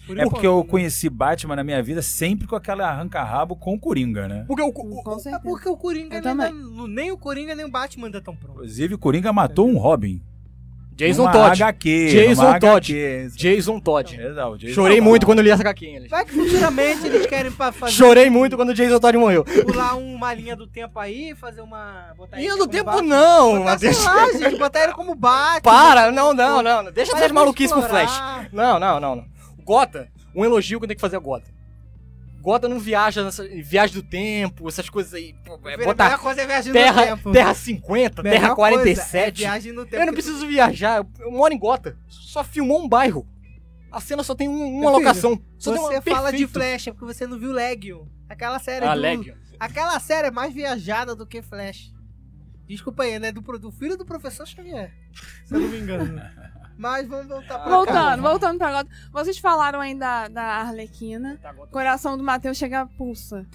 [SPEAKER 3] Por
[SPEAKER 6] É
[SPEAKER 3] enquanto.
[SPEAKER 6] porque eu conheci Batman na minha vida sempre com aquela arranca-rabo com o Coringa, né?
[SPEAKER 5] Porque o, o-
[SPEAKER 2] Com
[SPEAKER 3] É
[SPEAKER 2] certeza.
[SPEAKER 3] porque o Coringa
[SPEAKER 2] Eu
[SPEAKER 3] ainda,
[SPEAKER 2] também.
[SPEAKER 3] nem o Coringa nem o Batman ainda estão prontos.
[SPEAKER 6] Inclusive, o Coringa matou um Robin.
[SPEAKER 5] Jason
[SPEAKER 6] Numa
[SPEAKER 5] Todd.
[SPEAKER 6] HQ,
[SPEAKER 5] Jason
[SPEAKER 6] numa
[SPEAKER 5] Todd.
[SPEAKER 6] HQ.
[SPEAKER 5] Jason
[SPEAKER 3] É,
[SPEAKER 5] Todd.
[SPEAKER 6] Exato, o Jason
[SPEAKER 5] Chorei
[SPEAKER 6] Todd.
[SPEAKER 5] muito quando li essa caquinha. Alexandre.
[SPEAKER 3] Vai que futuramente eles querem pa- fazer Tá
[SPEAKER 5] Chorei muito quando o Jason Todd morreu.
[SPEAKER 3] pular uma linha do tempo aí, fazer uma... Botar
[SPEAKER 5] Linha
[SPEAKER 3] ele
[SPEAKER 5] do
[SPEAKER 3] como
[SPEAKER 5] tempo
[SPEAKER 3] Batman.
[SPEAKER 5] não,
[SPEAKER 3] Botar, sei
[SPEAKER 5] Matheus.
[SPEAKER 3] lá, gente, botar ele como Batman.
[SPEAKER 5] Para, não, não, não. não. Deixa
[SPEAKER 3] Para
[SPEAKER 5] essas maluquices pro
[SPEAKER 3] explorar.
[SPEAKER 5] Flash. Não, não, não, não. Gota, um elogio que eu tenho que fazer a Gota. Gota não viaja nessa viagem do tempo, essas coisas aí. pô, é,
[SPEAKER 3] A
[SPEAKER 5] Botar
[SPEAKER 3] melhor coisa é viagem no
[SPEAKER 5] terra,
[SPEAKER 3] tempo.
[SPEAKER 5] terra 50,
[SPEAKER 3] Melhor
[SPEAKER 5] terra
[SPEAKER 3] coisa é
[SPEAKER 5] 47.
[SPEAKER 3] viagem no tempo
[SPEAKER 5] Eu não
[SPEAKER 3] que tu-
[SPEAKER 5] preciso viajar, eu- eu moro em Gota. Só filmou um bairro. A cena só tem um- uma
[SPEAKER 3] Meu filho,
[SPEAKER 5] locação. Só tem
[SPEAKER 3] Você
[SPEAKER 5] uma-
[SPEAKER 3] fala de
[SPEAKER 5] um perfeito.
[SPEAKER 3] Flash é porque você não viu Legion. Aquela série
[SPEAKER 5] Ah,
[SPEAKER 3] do...
[SPEAKER 5] Legion.
[SPEAKER 3] Aquela série é mais viajada do que Flash. Desculpa aí, né? Do, pro- do filho do professor Xavier. Se eu não me engano. Mas vamos voltar pra cá.
[SPEAKER 2] Voltando, voltando pra agora. Vocês falaram aí da, da Arlequina.
[SPEAKER 5] Tá, Gota.
[SPEAKER 2] O coração do Matheus chega a pulsa.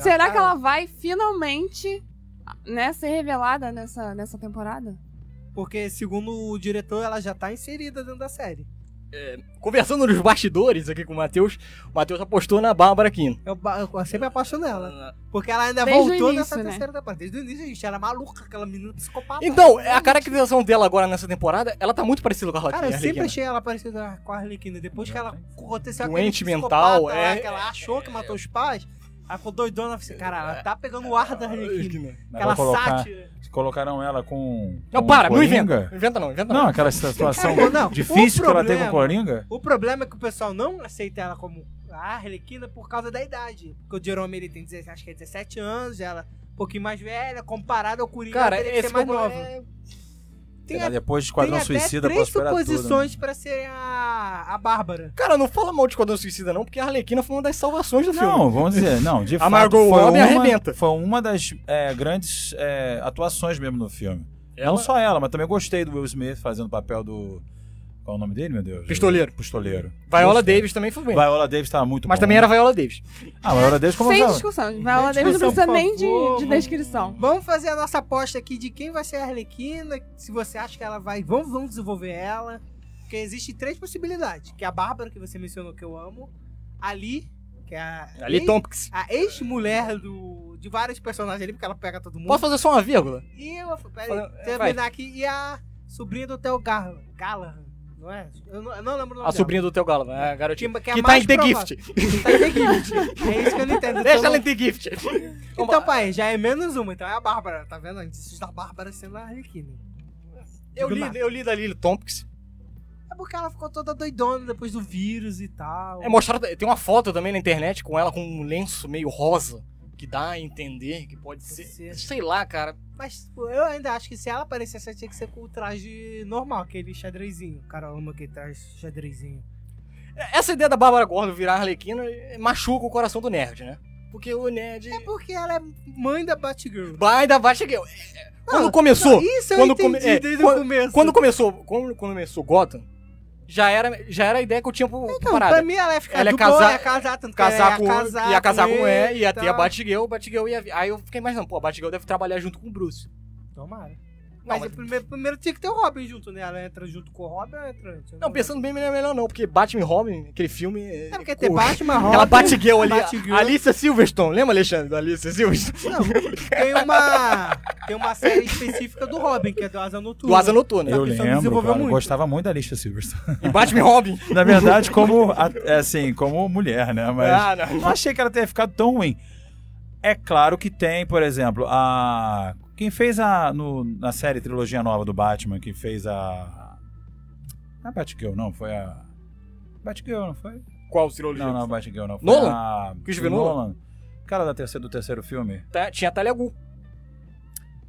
[SPEAKER 2] Será que ela vai finalmente né, ser revelada nessa, nessa temporada?
[SPEAKER 3] Porque, segundo o diretor, ela já tá inserida dentro da série.
[SPEAKER 5] Conversando nos bastidores aqui com o Matheus, o Matheus apostou na Bárbara Aquino.
[SPEAKER 3] Eu, ba- eu sempre apaixono nela. Porque ela ainda
[SPEAKER 2] Desde o
[SPEAKER 3] voltou
[SPEAKER 2] início,
[SPEAKER 3] nessa
[SPEAKER 2] né?
[SPEAKER 3] terceira temporada. Desde o início, gente. Ela é maluca, aquela menina psicopata.
[SPEAKER 5] Então, a caracterização dela agora nessa temporada, ela tá muito parecida com a Arlequina.
[SPEAKER 3] Cara, eu sempre
[SPEAKER 5] Arlequina.
[SPEAKER 3] achei ela parecida com a Arlequina. né? Depois que ela aconteceu
[SPEAKER 5] Doente
[SPEAKER 3] aquele
[SPEAKER 5] mental,
[SPEAKER 3] psicopata lá,
[SPEAKER 5] é-
[SPEAKER 3] que ela achou que matou os pais, Ela ficou doidona, eu falei assim, cara, ela tá pegando o ar da Arlequina.
[SPEAKER 6] Mas
[SPEAKER 3] Aquela
[SPEAKER 6] vai colocar-
[SPEAKER 3] sátira.
[SPEAKER 6] Colocaram ela com.
[SPEAKER 5] Não,
[SPEAKER 6] com
[SPEAKER 5] para, não
[SPEAKER 6] Coringa?
[SPEAKER 5] inventa. Não inventa não, inventa não.
[SPEAKER 6] Não, aquela situação
[SPEAKER 3] Cara, não,
[SPEAKER 6] difícil
[SPEAKER 3] o
[SPEAKER 6] que ela tem com
[SPEAKER 3] problema-
[SPEAKER 6] o Coringa.
[SPEAKER 3] O problema é que o pessoal não aceita ela como a Arlequina por causa da idade. Porque o Jerome ele tem 17, acho que é 17 anos, ela é um pouquinho mais velha, comparado ao Coringa,
[SPEAKER 5] Cara,
[SPEAKER 3] ela teria que
[SPEAKER 5] esse
[SPEAKER 3] ser mais
[SPEAKER 5] que eu-
[SPEAKER 3] nova.
[SPEAKER 5] é-
[SPEAKER 3] Tem,
[SPEAKER 6] Ela
[SPEAKER 3] a,
[SPEAKER 6] depois de
[SPEAKER 3] tem
[SPEAKER 6] Esquadrão
[SPEAKER 3] até
[SPEAKER 6] Suicida
[SPEAKER 3] três
[SPEAKER 6] prospera tudo. né?
[SPEAKER 3] suposições pra ser a, a Bárbara.
[SPEAKER 5] Cara, não fala mal de Esquadrão Suicida não, porque a Arlequina foi uma das salvações do filme.
[SPEAKER 6] Não, vamos dizer, não, de
[SPEAKER 5] A
[SPEAKER 6] fato,
[SPEAKER 5] Margot
[SPEAKER 6] foi
[SPEAKER 5] Robbie
[SPEAKER 6] uma,
[SPEAKER 5] arrebenta.
[SPEAKER 6] Foi uma das é, grandes é, atuações mesmo no filme. Não só ela, mas também gostei do Will Smith fazendo o papel do... Qual é o nome dele, meu Deus?
[SPEAKER 5] Pistoleiro.
[SPEAKER 6] Pistoleiro.
[SPEAKER 5] Viola
[SPEAKER 6] Gostei.
[SPEAKER 5] Davis também foi bem.
[SPEAKER 6] Viola Davis tava muito
[SPEAKER 5] Mas
[SPEAKER 6] bom.
[SPEAKER 5] também era Viola Davis.
[SPEAKER 6] Ah, Viola Davis como
[SPEAKER 2] Sem
[SPEAKER 6] eu
[SPEAKER 2] discussão. Viola
[SPEAKER 3] Sem
[SPEAKER 2] Davis não precisa
[SPEAKER 3] discussão,
[SPEAKER 2] nem
[SPEAKER 3] por
[SPEAKER 2] de,
[SPEAKER 3] é um favor,
[SPEAKER 2] de
[SPEAKER 3] vamos-
[SPEAKER 2] descrição.
[SPEAKER 3] Então, Vamos fazer a nossa aposta aqui de quem vai ser a Arlequina, se você acha que ela vai... Vamos, vamos desenvolver ela. Porque existem três possibilidades. Que é a Bárbara, que você mencionou que eu amo. Ali, que é a...
[SPEAKER 5] Ali Tompkins.
[SPEAKER 3] a ex-mulher do, de vários personagens ali, porque ela pega todo mundo.
[SPEAKER 5] Posso fazer só uma vírgula?
[SPEAKER 3] E eu, peraí,
[SPEAKER 5] Fala- é,
[SPEAKER 3] terminar aqui. E a sobrinha do Theo Garland, Gallahan, não é? Eu não, eu não lembro o nome
[SPEAKER 5] A
[SPEAKER 3] dela.
[SPEAKER 5] sobrinha do Theo Galo, a garotinha.
[SPEAKER 3] é? que, que, é a
[SPEAKER 5] Que tá
[SPEAKER 3] mais
[SPEAKER 5] em The
[SPEAKER 3] provável.
[SPEAKER 5] Gift.
[SPEAKER 3] Tá em The Gift. É isso que eu não entendo.
[SPEAKER 5] Deixa
[SPEAKER 3] Então,
[SPEAKER 5] ela em The Gift.
[SPEAKER 3] Então, pai, já é menos uma. Então é a Bárbara, tá vendo? A gente assiste a Bárbara sendo a Arlequina.
[SPEAKER 5] Eu li, eu li da Lily Tompkins.
[SPEAKER 3] É porque ela ficou toda doidona depois do vírus e tal.
[SPEAKER 5] É, mostraram, tem uma foto também na internet com ela com um lenço meio rosa, que dá a entender que pode
[SPEAKER 3] Pode
[SPEAKER 5] ser.
[SPEAKER 3] ser.
[SPEAKER 5] Sei lá, cara.
[SPEAKER 3] Mas tipo, eu ainda acho que se ela aparecesse, ela tinha que ser com o traje normal, aquele xadrezinho. O cara ama aquele traje xadrezinho.
[SPEAKER 5] Essa ideia da Bárbara Gordon virar Arlequina eh, machuca o coração do nerd, né? Porque o nerd.
[SPEAKER 3] É porque ela é mãe da Batgirl.
[SPEAKER 5] Vai da baixa que eu. Quando
[SPEAKER 3] Não,
[SPEAKER 5] começou.
[SPEAKER 3] Isso eu
[SPEAKER 5] quando
[SPEAKER 3] entendi
[SPEAKER 5] come- é,
[SPEAKER 3] desde
[SPEAKER 5] quando-
[SPEAKER 3] o começo.
[SPEAKER 5] Quando começou, quando começou Gotham, já era, já era a ideia que eu tinha pro, pro
[SPEAKER 3] Não,
[SPEAKER 5] parada.
[SPEAKER 3] Então, pra mim ela ia ficar
[SPEAKER 5] Ela é
[SPEAKER 3] dupla,
[SPEAKER 5] casa-
[SPEAKER 3] ia casar, tanto que ela
[SPEAKER 5] É, casar com um,
[SPEAKER 3] ia É, casar,
[SPEAKER 5] ia casar com E,
[SPEAKER 3] ele
[SPEAKER 5] ia
[SPEAKER 3] e
[SPEAKER 5] ter a
[SPEAKER 3] tal.
[SPEAKER 5] Batgirl, Batgirl ia. vi- Aí eu fiquei imaginando, pô, a Batgirl deve trabalhar junto com o Bruce.
[SPEAKER 3] Tomara.
[SPEAKER 5] Não,
[SPEAKER 3] Mas,
[SPEAKER 5] mas-
[SPEAKER 3] o primeiro, primeiro tinha que ter o Robin junto, né? Ela entra junto com o Robin, ela entra antes.
[SPEAKER 5] Não, pensando bem, não é melhor não, porque Batman e Robin, aquele filme. É,
[SPEAKER 3] É porque ter
[SPEAKER 5] com-
[SPEAKER 3] Batman, Robin...
[SPEAKER 5] Aquela Batgirl ali,
[SPEAKER 3] Batgirl.
[SPEAKER 5] a Alicia Silverstone, lembra, Alexandre, da Alicia Silverstone?
[SPEAKER 3] Não, tem uma... Tem uma série específica do Robin, que é do Asa Noturna.
[SPEAKER 5] Do Asa Noturna.
[SPEAKER 6] Eu
[SPEAKER 3] Essa pessoa
[SPEAKER 6] lembro,
[SPEAKER 3] desenvolveu
[SPEAKER 6] cara, eu
[SPEAKER 3] muito.
[SPEAKER 6] gostava muito da Alicia Silverstone.
[SPEAKER 5] E Batman e Robin.
[SPEAKER 6] Na verdade, como, a- é assim, como mulher, né? Mas
[SPEAKER 5] Ah, não.
[SPEAKER 6] não achei que ela tenha ficado tão ruim. É claro que tem, por exemplo, a... Quem fez a... no- na série Trilogia Nova do Batman, que fez a... A Batgirl, não, foi a... Batgirl, não foi?
[SPEAKER 5] Qual o Cirolo
[SPEAKER 6] Não, não, Batgirl, não. Foi
[SPEAKER 5] Nolan?
[SPEAKER 6] A...
[SPEAKER 5] Christopher
[SPEAKER 6] O cara da terceira, do terceiro filme.
[SPEAKER 5] Tá, Tinha a Talia Ghul.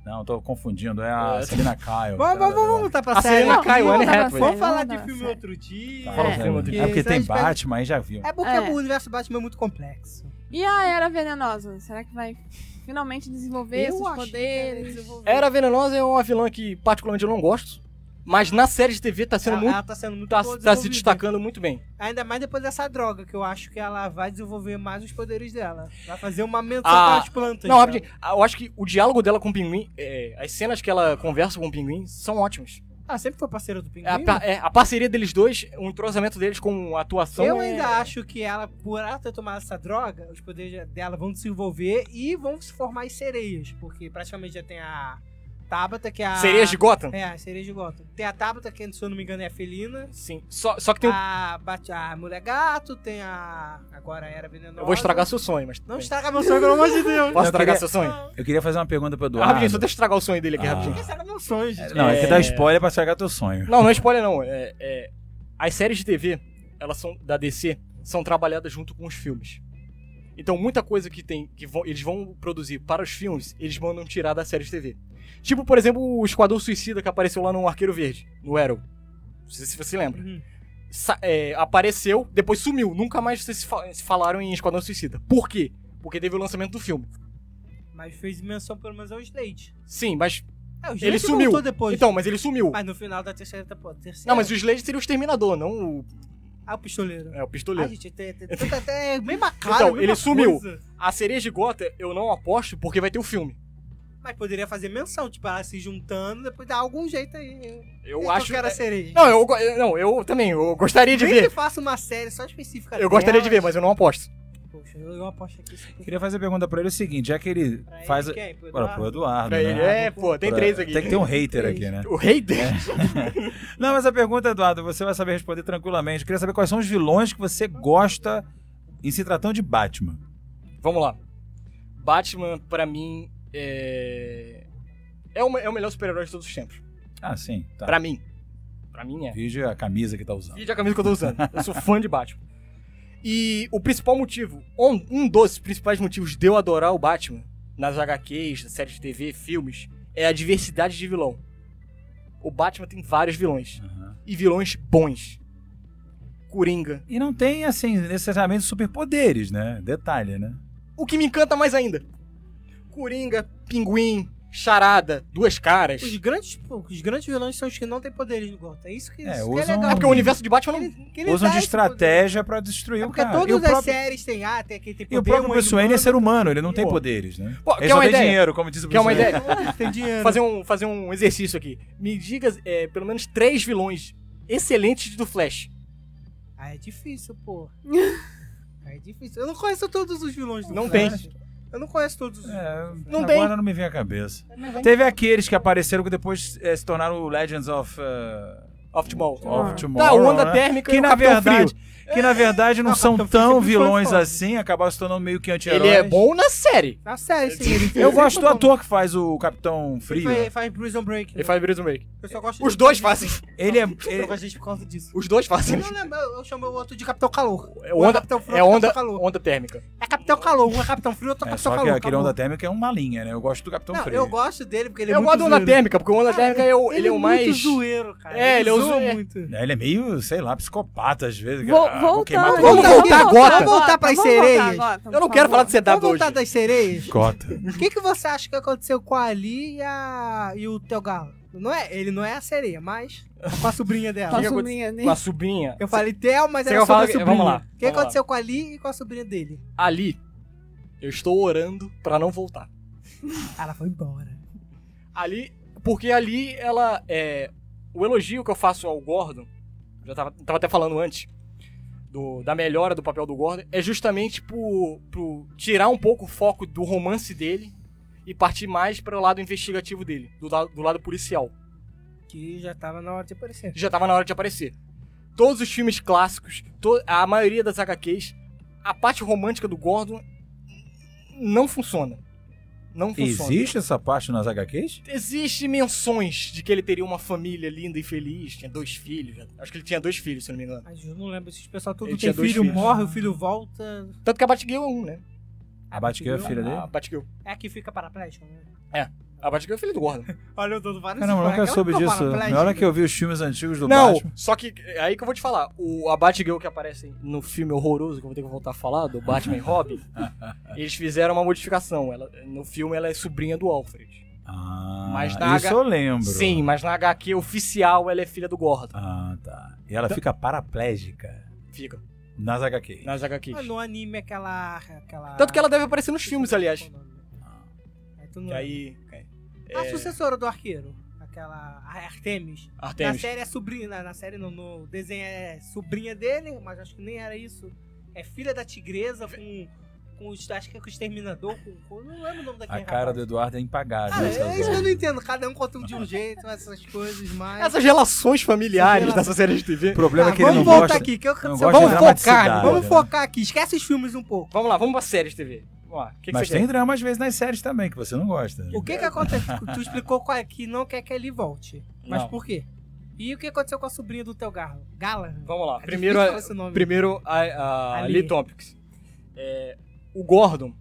[SPEAKER 6] Não, tô confundindo. É a
[SPEAKER 5] É.
[SPEAKER 6] Selina Kyle.
[SPEAKER 3] Vamos, vamos, vamos voltar tá pra
[SPEAKER 5] A é
[SPEAKER 3] série.
[SPEAKER 5] Selena
[SPEAKER 2] Não,
[SPEAKER 5] Kyle,
[SPEAKER 2] vamos
[SPEAKER 5] Anne
[SPEAKER 2] voltar pra
[SPEAKER 5] Hathaway.
[SPEAKER 3] Vamos
[SPEAKER 2] série.
[SPEAKER 3] falar de
[SPEAKER 2] Vamos
[SPEAKER 3] filme
[SPEAKER 2] dar
[SPEAKER 3] outro dia.
[SPEAKER 6] Fala
[SPEAKER 2] É,
[SPEAKER 6] pra mim.
[SPEAKER 3] porque
[SPEAKER 6] É porque tem
[SPEAKER 3] senão a gente
[SPEAKER 6] Batman, aí já viu.
[SPEAKER 3] pega- É porque
[SPEAKER 2] É.
[SPEAKER 3] o universo Batman é muito complexo.
[SPEAKER 2] E a Era Venenosa? Será que vai finalmente desenvolver
[SPEAKER 3] Eu acho
[SPEAKER 2] seus
[SPEAKER 3] que ela
[SPEAKER 2] poderes?
[SPEAKER 3] desenvolveu.
[SPEAKER 5] Era Venenosa é uma vilã que, particularmente, eu não gosto. Mas na série de TV tá sendo
[SPEAKER 3] ela,
[SPEAKER 5] muito.
[SPEAKER 3] ela tá sendo muito
[SPEAKER 5] Tá,
[SPEAKER 3] boa
[SPEAKER 5] tá se
[SPEAKER 3] desenvolvida.
[SPEAKER 5] destacando muito bem.
[SPEAKER 3] Ainda mais depois dessa droga, que eu acho que ela vai desenvolver mais os poderes dela. Vai fazer uma menção
[SPEAKER 5] Ah,
[SPEAKER 3] para as plantas.
[SPEAKER 5] Não,
[SPEAKER 3] né?
[SPEAKER 5] rapidinho. Ah, Eu acho que o diálogo dela com o pinguim, é, as cenas que ela conversa com o pinguim são ótimas.
[SPEAKER 3] Ah, sempre foi parceira do Pinguim?
[SPEAKER 5] A, pa- é, a parceria deles dois, o entrosamento deles com a atuação.
[SPEAKER 3] eu
[SPEAKER 5] é-
[SPEAKER 3] ainda acho que ela, por ela ter tomado essa droga, os poderes dela vão desenvolver e vão se formar as sereias. Porque praticamente já tem a Tabata, que é a...
[SPEAKER 5] Sereias de Gotham?
[SPEAKER 3] É, a sereia de Gotham. Tem a Tabata, que se eu não me engano é a felina.
[SPEAKER 5] Sim. Só, só que tem um.
[SPEAKER 3] A, Bat- a mulher gato, tem a... Agora a era venenosa.
[SPEAKER 5] Eu vou estragar seu sonho, mas.
[SPEAKER 3] Não estraga meu sonho, pelo amor de Deus.
[SPEAKER 5] Posso
[SPEAKER 6] Eu
[SPEAKER 5] estragar
[SPEAKER 6] queria-
[SPEAKER 5] seu sonho?
[SPEAKER 6] Eu queria fazer uma pergunta pro
[SPEAKER 5] Ah,
[SPEAKER 6] Eduardo.
[SPEAKER 5] rapidinho, só deixa eu estragar o sonho dele aqui,
[SPEAKER 6] Ah.
[SPEAKER 5] rapidinho.
[SPEAKER 3] Estraga meu sonho, gente.
[SPEAKER 6] Não, é que
[SPEAKER 5] É.
[SPEAKER 6] dá spoiler pra estragar teu sonho.
[SPEAKER 5] Não, não é spoiler, não. É, é, as séries de TV, elas são da DC, são trabalhadas junto com os filmes. Então, muita coisa que tem que vão- eles vão produzir para os filmes, eles mandam tirar da série de TV. Tipo, por exemplo, o Esquadrão Suicida que apareceu lá no Arqueiro Verde, no Arrow. Não sei se você lembra.
[SPEAKER 3] Uhum.
[SPEAKER 5] Sa- é, apareceu, depois sumiu. Nunca mais vocês se, fa- se falaram em Esquadrão Suicida. Por quê? Porque teve o lançamento do filme.
[SPEAKER 3] Mas fez menção pelo menos ao Slade.
[SPEAKER 5] Sim, mas.
[SPEAKER 3] É, o
[SPEAKER 5] Ele
[SPEAKER 3] Slade
[SPEAKER 5] sumiu.
[SPEAKER 3] voltou depois.
[SPEAKER 5] Então, mas ele sumiu.
[SPEAKER 3] Mas é. no final da terceira temporada. terceira-
[SPEAKER 5] Não, mas o Slade seria o exterminador, não o,
[SPEAKER 3] Ah, o pistoleiro.
[SPEAKER 5] é, o
[SPEAKER 3] Ah,
[SPEAKER 5] pistoleiro.
[SPEAKER 3] gente, tem, tem, tem, tem- é bem bacana.
[SPEAKER 5] Então, ele sumiu. A cereja de Gota eu não aposto porque vai ter o filme.
[SPEAKER 3] Mas poderia fazer menção, tipo, ela se juntando, depois dá algum jeito aí.
[SPEAKER 5] Eu
[SPEAKER 3] Eles
[SPEAKER 5] acho. é
[SPEAKER 3] não quero a sereia.
[SPEAKER 5] Não, eu, go- eu- não, eu também, eu gostaria de
[SPEAKER 3] Nem
[SPEAKER 5] ver.
[SPEAKER 3] que faça uma série só específica
[SPEAKER 5] Eu gostaria de ver, mas eu não aposto.
[SPEAKER 3] Poxa, eu eu aposto aqui.
[SPEAKER 6] Eu Queria fazer a pergunta pra ele o seguinte, já que ele faz...
[SPEAKER 3] Quem? Pro
[SPEAKER 6] Bora, pro
[SPEAKER 3] Eduardo?
[SPEAKER 6] Eduardo,
[SPEAKER 5] é Pra ele,
[SPEAKER 6] né?
[SPEAKER 5] é, pô, tem
[SPEAKER 6] Pra-
[SPEAKER 5] três aqui.
[SPEAKER 6] Tem que ter um hater aqui, né?
[SPEAKER 5] O rei dele.
[SPEAKER 6] Não, mas a pergunta, Eduardo, você vai saber responder tranquilamente. Eu queria saber quais são os vilões que você gosta em se tratando de Batman.
[SPEAKER 5] Vamos lá. Batman, pra mim, é. É o, me- é o melhor super-herói de todos os tempos.
[SPEAKER 6] Ah, sim. Tá.
[SPEAKER 5] Pra mim. Pra mim é.
[SPEAKER 6] Vídeo a camisa que tá usando.
[SPEAKER 5] E de a camisa que eu tô usando. Eu sou fã de Batman. E o principal motivo, um, um dos principais motivos de eu adorar o Batman, nas HQs, nas séries de TV, filmes, é a diversidade de vilão. O Batman tem vários vilões.
[SPEAKER 6] Aham.
[SPEAKER 5] E vilões bons. Coringa.
[SPEAKER 6] E não tem, assim, necessariamente superpoderes, né? Detalhe, né?
[SPEAKER 5] O que me encanta mais ainda. Coringa, Pinguim, Charada, Duas Caras.
[SPEAKER 3] Os
[SPEAKER 5] É
[SPEAKER 3] grandes, os grandes vilões são os que não têm poderes no Gotham. É isso que,
[SPEAKER 6] É,
[SPEAKER 3] isso que é
[SPEAKER 6] usam-
[SPEAKER 3] legal.
[SPEAKER 5] porque o universo de Batman não...
[SPEAKER 3] Que ele
[SPEAKER 6] Usam
[SPEAKER 3] dá
[SPEAKER 6] de
[SPEAKER 3] esse poder.
[SPEAKER 6] estratégia pra destruir
[SPEAKER 3] É
[SPEAKER 6] o
[SPEAKER 3] porque
[SPEAKER 6] cara.
[SPEAKER 3] todas
[SPEAKER 6] e o
[SPEAKER 3] as
[SPEAKER 6] próprio,
[SPEAKER 3] séries têm, ah, tem aquele tem
[SPEAKER 6] e o
[SPEAKER 3] poder,
[SPEAKER 6] próprio
[SPEAKER 3] um
[SPEAKER 6] Bruce Wayne é
[SPEAKER 3] humano,
[SPEAKER 6] ser humano, ele não tem
[SPEAKER 5] Pô.
[SPEAKER 6] poderes, né?
[SPEAKER 5] Pô,
[SPEAKER 6] ele
[SPEAKER 5] quer
[SPEAKER 6] só
[SPEAKER 5] uma
[SPEAKER 6] tem
[SPEAKER 5] ideia?
[SPEAKER 6] dinheiro, como diz o Bruce
[SPEAKER 5] Quer uma
[SPEAKER 6] Wayne.
[SPEAKER 5] ideia?
[SPEAKER 3] Tem dinheiro.
[SPEAKER 5] fazer um, fazer um exercício aqui. Me diga é, pelo menos três vilões excelentes do Flash.
[SPEAKER 3] Ah, é difícil, pô. Ah, é difícil. Eu não conheço todos os vilões do
[SPEAKER 5] Não
[SPEAKER 3] Flash. Eu não conheço todos os
[SPEAKER 6] É,
[SPEAKER 5] Não
[SPEAKER 6] agora
[SPEAKER 5] tem.
[SPEAKER 6] não me vem a cabeça. Teve aqueles que apareceram que depois eh, se tornaram o Legends of, eh,
[SPEAKER 5] Of Tomorrow.
[SPEAKER 6] of
[SPEAKER 2] Ah.
[SPEAKER 6] Tomorrow.
[SPEAKER 5] Tá, o onda
[SPEAKER 6] né?
[SPEAKER 5] térmica
[SPEAKER 6] que
[SPEAKER 5] e o
[SPEAKER 6] na
[SPEAKER 5] Capitão
[SPEAKER 6] verdade
[SPEAKER 5] Frio.
[SPEAKER 6] que na verdade não
[SPEAKER 3] Não,
[SPEAKER 6] são
[SPEAKER 3] Capitão Frio
[SPEAKER 6] tão
[SPEAKER 3] sempre foi
[SPEAKER 6] vilões
[SPEAKER 3] foda.
[SPEAKER 6] assim, acabaram se tornando meio que anti-heróis.
[SPEAKER 5] Ele é bom na série.
[SPEAKER 3] Na série, sim. ele-
[SPEAKER 6] Eu gosto do
[SPEAKER 3] Ele
[SPEAKER 6] ator que faz o Capitão Frio.
[SPEAKER 3] Faz, faz Prison Break.
[SPEAKER 5] né? Ele
[SPEAKER 3] né?
[SPEAKER 5] faz Prison Break.
[SPEAKER 3] Eu só gosto
[SPEAKER 5] Os
[SPEAKER 3] de-
[SPEAKER 5] dois fazem.
[SPEAKER 6] Ele é
[SPEAKER 3] Eu
[SPEAKER 6] ele-
[SPEAKER 3] gosto de por causa disso.
[SPEAKER 5] Os dois fazem.
[SPEAKER 3] Eu não lembro, eu chamo o outro de Capitão Calor.
[SPEAKER 5] É
[SPEAKER 3] Um
[SPEAKER 5] onda,
[SPEAKER 3] Capitão Frio,
[SPEAKER 5] é
[SPEAKER 3] outro
[SPEAKER 5] onda,
[SPEAKER 3] Capitão Calor.
[SPEAKER 5] onda térmica.
[SPEAKER 3] É Capitão Calor, um é Capitão Frio, outro é
[SPEAKER 6] é,
[SPEAKER 3] Capitão
[SPEAKER 6] só que
[SPEAKER 3] Calor.
[SPEAKER 6] aquele
[SPEAKER 3] acabou.
[SPEAKER 6] onda térmica é uma linha, né? Eu gosto do Capitão
[SPEAKER 3] Não,
[SPEAKER 6] Frio.
[SPEAKER 3] eu gosto dele porque ele é
[SPEAKER 5] eu
[SPEAKER 3] muito
[SPEAKER 5] gosto do onda
[SPEAKER 3] zoeiro.
[SPEAKER 5] térmica, porque o onda térmica é o, ele, é o
[SPEAKER 3] muito
[SPEAKER 5] mais...
[SPEAKER 3] zoeiro, cara.
[SPEAKER 5] É, ele é o
[SPEAKER 3] zoa
[SPEAKER 5] zoe-
[SPEAKER 3] muito.
[SPEAKER 6] É, Ele é meio, sei lá, psicopata às vezes.
[SPEAKER 2] Vol-
[SPEAKER 6] Ah, vou queimar
[SPEAKER 2] voltando.
[SPEAKER 6] todo mundo.
[SPEAKER 5] Vamos voltar agora.
[SPEAKER 3] Vamos voltar pras
[SPEAKER 2] Vamos voltar
[SPEAKER 3] sereias.
[SPEAKER 2] agora, por
[SPEAKER 5] Eu não quero
[SPEAKER 2] favor.
[SPEAKER 5] falar de
[SPEAKER 3] Vamos
[SPEAKER 5] CW hoje.
[SPEAKER 3] voltar das sereias?
[SPEAKER 6] Cota.
[SPEAKER 3] O que, que você acha que aconteceu com a Ali e, a... e o teu galo? Não é, ele não é a sereia, mas é com a sobrinha
[SPEAKER 2] Com
[SPEAKER 3] dela.
[SPEAKER 2] a
[SPEAKER 5] Diga-
[SPEAKER 2] sobrinha, né?
[SPEAKER 5] Com a subinha.
[SPEAKER 3] Eu falei Theo, mas
[SPEAKER 5] Você
[SPEAKER 3] era
[SPEAKER 5] quer falar-
[SPEAKER 3] sobre a sobrinha.
[SPEAKER 5] vamos lá,
[SPEAKER 3] O que
[SPEAKER 5] vamos lá.
[SPEAKER 3] aconteceu com a Ali e com a sobrinha dele?
[SPEAKER 5] Ali, eu estou orando pra não voltar.
[SPEAKER 3] Ela foi embora.
[SPEAKER 5] Ali, porque ali ela é o elogio que eu faço ao Gordon, já tava, tava até falando antes do- da melhora do papel do Gordon, é justamente por, por tirar um pouco o foco do romance dele e partir mais para o lado investigativo dele, do, la- do lado policial.
[SPEAKER 3] Que já tava na hora de aparecer.
[SPEAKER 5] Já tava na hora de aparecer. Todos os filmes clássicos, to- a maioria das HQs, a parte romântica do Gordon não funciona. Não funciona
[SPEAKER 6] Existe essa parte nas HQs?
[SPEAKER 5] existe menções de que ele teria uma família linda e feliz, tinha dois filhos. Acho que ele tinha dois filhos, se não me engano.
[SPEAKER 3] Mas eu não lembro, esses pessoal tudo
[SPEAKER 5] Ele
[SPEAKER 3] tem
[SPEAKER 5] tinha dois
[SPEAKER 3] filho,
[SPEAKER 5] filhos.
[SPEAKER 3] morre, o filho volta.
[SPEAKER 5] Tanto que a Batgirl é um, né?
[SPEAKER 6] A Batgirl é a filha dele?
[SPEAKER 5] A Batgirl.
[SPEAKER 3] É que fica paraplégico, né?
[SPEAKER 5] A Batgirl é filha do Gordon.
[SPEAKER 3] Olha, eu dou vários
[SPEAKER 6] Caramba, eu nunca
[SPEAKER 3] spoilers. Ela
[SPEAKER 6] soube
[SPEAKER 3] ficou
[SPEAKER 6] disso.
[SPEAKER 3] paraplégica.
[SPEAKER 6] Na hora que eu vi os filmes antigos do
[SPEAKER 5] não,
[SPEAKER 6] Batman.
[SPEAKER 5] só que é aí que eu vou te falar. O, a Batgirl que aparece no filme horroroso, que eu vou ter que voltar a falar, do Batman e Robin, eles fizeram uma modificação. Ela, no filme ela é sobrinha do Alfred.
[SPEAKER 6] Ah,
[SPEAKER 5] Mas na
[SPEAKER 6] isso
[SPEAKER 5] H-
[SPEAKER 6] eu lembro.
[SPEAKER 5] Sim, mas na HQ oficial ela é filha do Gordon.
[SPEAKER 6] Ah, tá. E ela fica paraplégica
[SPEAKER 5] Fica,
[SPEAKER 6] nas HQs.
[SPEAKER 5] nas HQs.
[SPEAKER 3] Ah, No anime, aquela... aquela...
[SPEAKER 5] Tanto que ela deve aparecer nos filmes, aliás.
[SPEAKER 3] É, tu não
[SPEAKER 5] Que aí...
[SPEAKER 6] É.
[SPEAKER 3] A sucessora do arqueiro. Aquela. A Artemis. Na
[SPEAKER 5] Artemis.
[SPEAKER 3] série é sobrinha. Na, na série não, no desenho é sobrinha dele, mas acho que nem era isso. É filha da tigresa com. com os, acho que é com o exterminador. Com, com- não lembro o nome
[SPEAKER 6] A
[SPEAKER 3] daquele.
[SPEAKER 6] cara do
[SPEAKER 3] rapaz.
[SPEAKER 6] Eduardo é impagável.
[SPEAKER 3] Cara,
[SPEAKER 6] essas
[SPEAKER 3] é isso que eu
[SPEAKER 6] horas.
[SPEAKER 3] não entendo. Cada um conta de um jeito, essas coisas, mas.
[SPEAKER 5] Essas relações familiares
[SPEAKER 3] Relação-
[SPEAKER 5] dessa série de TV.
[SPEAKER 6] O problema
[SPEAKER 3] Tá,
[SPEAKER 6] é que ele não
[SPEAKER 3] vamos voltar
[SPEAKER 6] gosta.
[SPEAKER 3] aqui, que eu
[SPEAKER 6] Não
[SPEAKER 3] só-
[SPEAKER 6] gosta
[SPEAKER 5] vamos
[SPEAKER 6] de
[SPEAKER 5] focar,
[SPEAKER 6] dramaticidade,
[SPEAKER 3] vamos
[SPEAKER 6] né?
[SPEAKER 3] focar aqui. Esquece os filmes um pouco.
[SPEAKER 5] Vamos lá, vamos pra série de TV. Vamos lá. O que, que
[SPEAKER 6] Mas
[SPEAKER 5] você quer?
[SPEAKER 6] tem drama às vezes nas séries também, que você não gosta.
[SPEAKER 3] O que que acontece? tu explicou qual é que não quer que ele volte. Mas
[SPEAKER 5] Não.
[SPEAKER 3] por quê? E o que aconteceu com a sobrinha do teu garro? Gala?
[SPEAKER 5] Vamos lá.
[SPEAKER 3] É
[SPEAKER 5] primeiro,
[SPEAKER 3] difícil falar
[SPEAKER 5] a,
[SPEAKER 3] esse nome.
[SPEAKER 5] primeiro a, a
[SPEAKER 3] Ali.
[SPEAKER 5] Lee Topics. É, o Gordon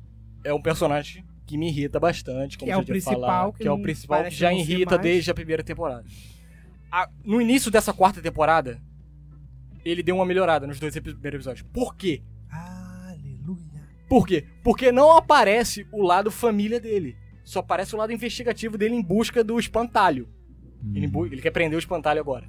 [SPEAKER 5] é um personagem que me irrita bastante, como
[SPEAKER 3] Que é
[SPEAKER 5] você
[SPEAKER 3] o
[SPEAKER 5] já falar,
[SPEAKER 3] principal,
[SPEAKER 5] que,
[SPEAKER 3] que
[SPEAKER 5] é o
[SPEAKER 3] não
[SPEAKER 5] principal que
[SPEAKER 3] parece
[SPEAKER 5] já
[SPEAKER 3] não ser
[SPEAKER 5] irrita
[SPEAKER 3] mais.
[SPEAKER 5] desde a primeira temporada. A- no início dessa quarta temporada, ele deu uma melhorada nos dois epi- primeiros episódios. Por quê?
[SPEAKER 3] Aleluia.
[SPEAKER 5] Por quê? Porque não aparece o lado família dele. Só aparece o lado investigativo dele em busca do espantalho.
[SPEAKER 6] Hum.
[SPEAKER 5] Ele, bu- ele quer prender o espantalho agora.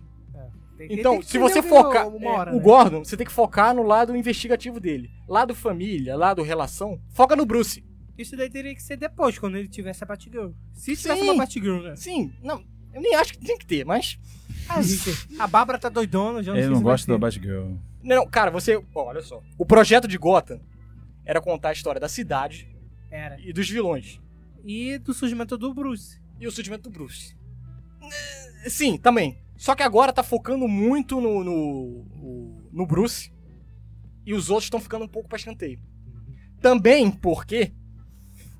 [SPEAKER 3] Tem- tem- tem
[SPEAKER 5] Então,
[SPEAKER 3] que
[SPEAKER 5] se
[SPEAKER 3] ser
[SPEAKER 5] você
[SPEAKER 3] meio
[SPEAKER 5] focar
[SPEAKER 3] uma hora,
[SPEAKER 5] é, o
[SPEAKER 3] né?
[SPEAKER 5] Gordon, você tem que focar no lado investigativo dele. Lado família, lado relação. Foca no Bruce.
[SPEAKER 3] Isso daí teria que ser depois, quando ele tivesse a Batgirl. Se tivesse
[SPEAKER 5] Sim.
[SPEAKER 3] uma Batgirl, né?
[SPEAKER 5] Sim, não, eu nem acho que tem que ter, mas.
[SPEAKER 3] Ah, gente, a Bárbara tá doidona, já não
[SPEAKER 6] Ele
[SPEAKER 3] sei
[SPEAKER 6] não
[SPEAKER 3] se vai
[SPEAKER 6] gosta
[SPEAKER 3] ter.
[SPEAKER 6] da Batgirl.
[SPEAKER 5] Não, cara, você. ó, olha só. O projeto de Gotham era contar a história da cidade
[SPEAKER 3] Era.
[SPEAKER 5] e dos vilões.
[SPEAKER 3] E do surgimento do Bruce. Então,
[SPEAKER 5] E o surgimento do Bruce. Eh, Sim, também. Só que agora tá focando muito no. no, o- no Bruce.
[SPEAKER 3] Uhum.
[SPEAKER 5] E os outros estão ficando um pouco pra escanteio. Também porque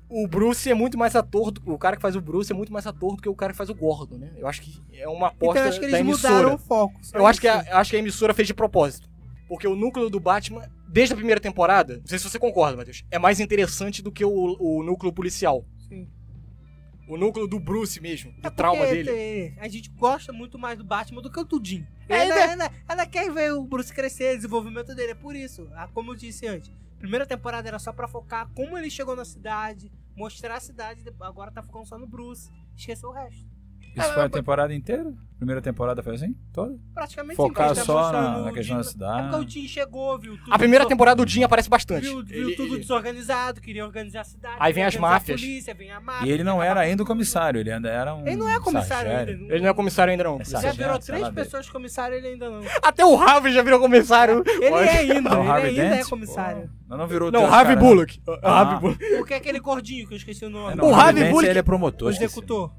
[SPEAKER 5] o Bruce é muito mais ator, do, o cara que faz o Bruce é muito mais ator do que o cara que faz o Gordon, né? Eu acho que é uma aposta
[SPEAKER 3] Então eu acho que
[SPEAKER 5] da
[SPEAKER 3] eles
[SPEAKER 5] emissora.
[SPEAKER 3] mudaram o foco. só
[SPEAKER 5] Eu acho,
[SPEAKER 3] isso.
[SPEAKER 5] que é a, eu acho que a emissora fez de propósito. Porque o núcleo do Batman, desde a primeira temporada, não sei se você concorda, Matheus, é mais interessante do que o, o núcleo policial.
[SPEAKER 3] Sim.
[SPEAKER 5] O núcleo do Bruce mesmo, do
[SPEAKER 3] É
[SPEAKER 5] trauma
[SPEAKER 3] porque
[SPEAKER 5] dele.
[SPEAKER 3] tem- A gente gosta muito mais do Batman do que do Jim.
[SPEAKER 5] É,
[SPEAKER 3] ela,
[SPEAKER 5] né?
[SPEAKER 3] ela- ela quer ver o Bruce crescer, o desenvolvimento dele. É por isso. Ah, Como eu disse antes, primeira temporada era só pra focar como ele chegou na cidade, mostrar a cidade. de- Agora tá focando só no Bruce. Esqueceu o resto. Ah,
[SPEAKER 6] Isso foi a temporada inteira? Primeira temporada foi assim? Toda?
[SPEAKER 3] Praticamente
[SPEAKER 6] Focar
[SPEAKER 3] sim, mas tá
[SPEAKER 6] só
[SPEAKER 3] mostrando
[SPEAKER 6] na, na
[SPEAKER 3] o
[SPEAKER 6] questão da
[SPEAKER 3] Jim- É porque o
[SPEAKER 6] cidade.
[SPEAKER 3] Jim chegou, viu tudo.
[SPEAKER 5] A primeira
[SPEAKER 3] desor-
[SPEAKER 5] temporada o Jim aparece bastante.
[SPEAKER 3] Viu, viu
[SPEAKER 5] Ele-
[SPEAKER 3] tudo
[SPEAKER 5] ele-
[SPEAKER 3] desorganizado, queria organizar a cidade.
[SPEAKER 5] Aí vem
[SPEAKER 3] queria
[SPEAKER 5] as
[SPEAKER 3] organizar a
[SPEAKER 5] máfias.
[SPEAKER 3] polícia, vem a máfia,
[SPEAKER 6] E ele não
[SPEAKER 3] queria
[SPEAKER 6] era
[SPEAKER 3] acabar
[SPEAKER 6] ainda
[SPEAKER 3] com tudo.
[SPEAKER 6] comissário, ele ainda era um.
[SPEAKER 3] Ah, Ele não é comissário
[SPEAKER 6] sargento.
[SPEAKER 3] ainda.
[SPEAKER 5] ele não é comissário ainda, não.
[SPEAKER 6] É
[SPEAKER 3] Já
[SPEAKER 6] sargento,
[SPEAKER 3] virou
[SPEAKER 6] sei
[SPEAKER 3] três
[SPEAKER 6] lá dele.
[SPEAKER 3] pessoas comissário ele ainda não.
[SPEAKER 5] Até o Harvey já virou comissário.
[SPEAKER 3] Ele
[SPEAKER 5] Olha.
[SPEAKER 3] é ainda,
[SPEAKER 6] Não,
[SPEAKER 3] ele
[SPEAKER 6] Harvey
[SPEAKER 3] ainda
[SPEAKER 6] Dent?
[SPEAKER 3] é comissário.
[SPEAKER 6] Pô, Não, não virou
[SPEAKER 5] Não,
[SPEAKER 6] Deus,
[SPEAKER 5] Harvey
[SPEAKER 6] cara.
[SPEAKER 5] Bullock.
[SPEAKER 6] Ah.
[SPEAKER 5] Harvey Bullock.
[SPEAKER 3] O que é aquele gordinho que eu esqueci o nome?
[SPEAKER 6] É,
[SPEAKER 5] O
[SPEAKER 6] não,
[SPEAKER 5] Harvey
[SPEAKER 6] Dent,
[SPEAKER 5] Bullock-
[SPEAKER 6] Ele é
[SPEAKER 3] o
[SPEAKER 6] promotor. esqueci.
[SPEAKER 3] executor.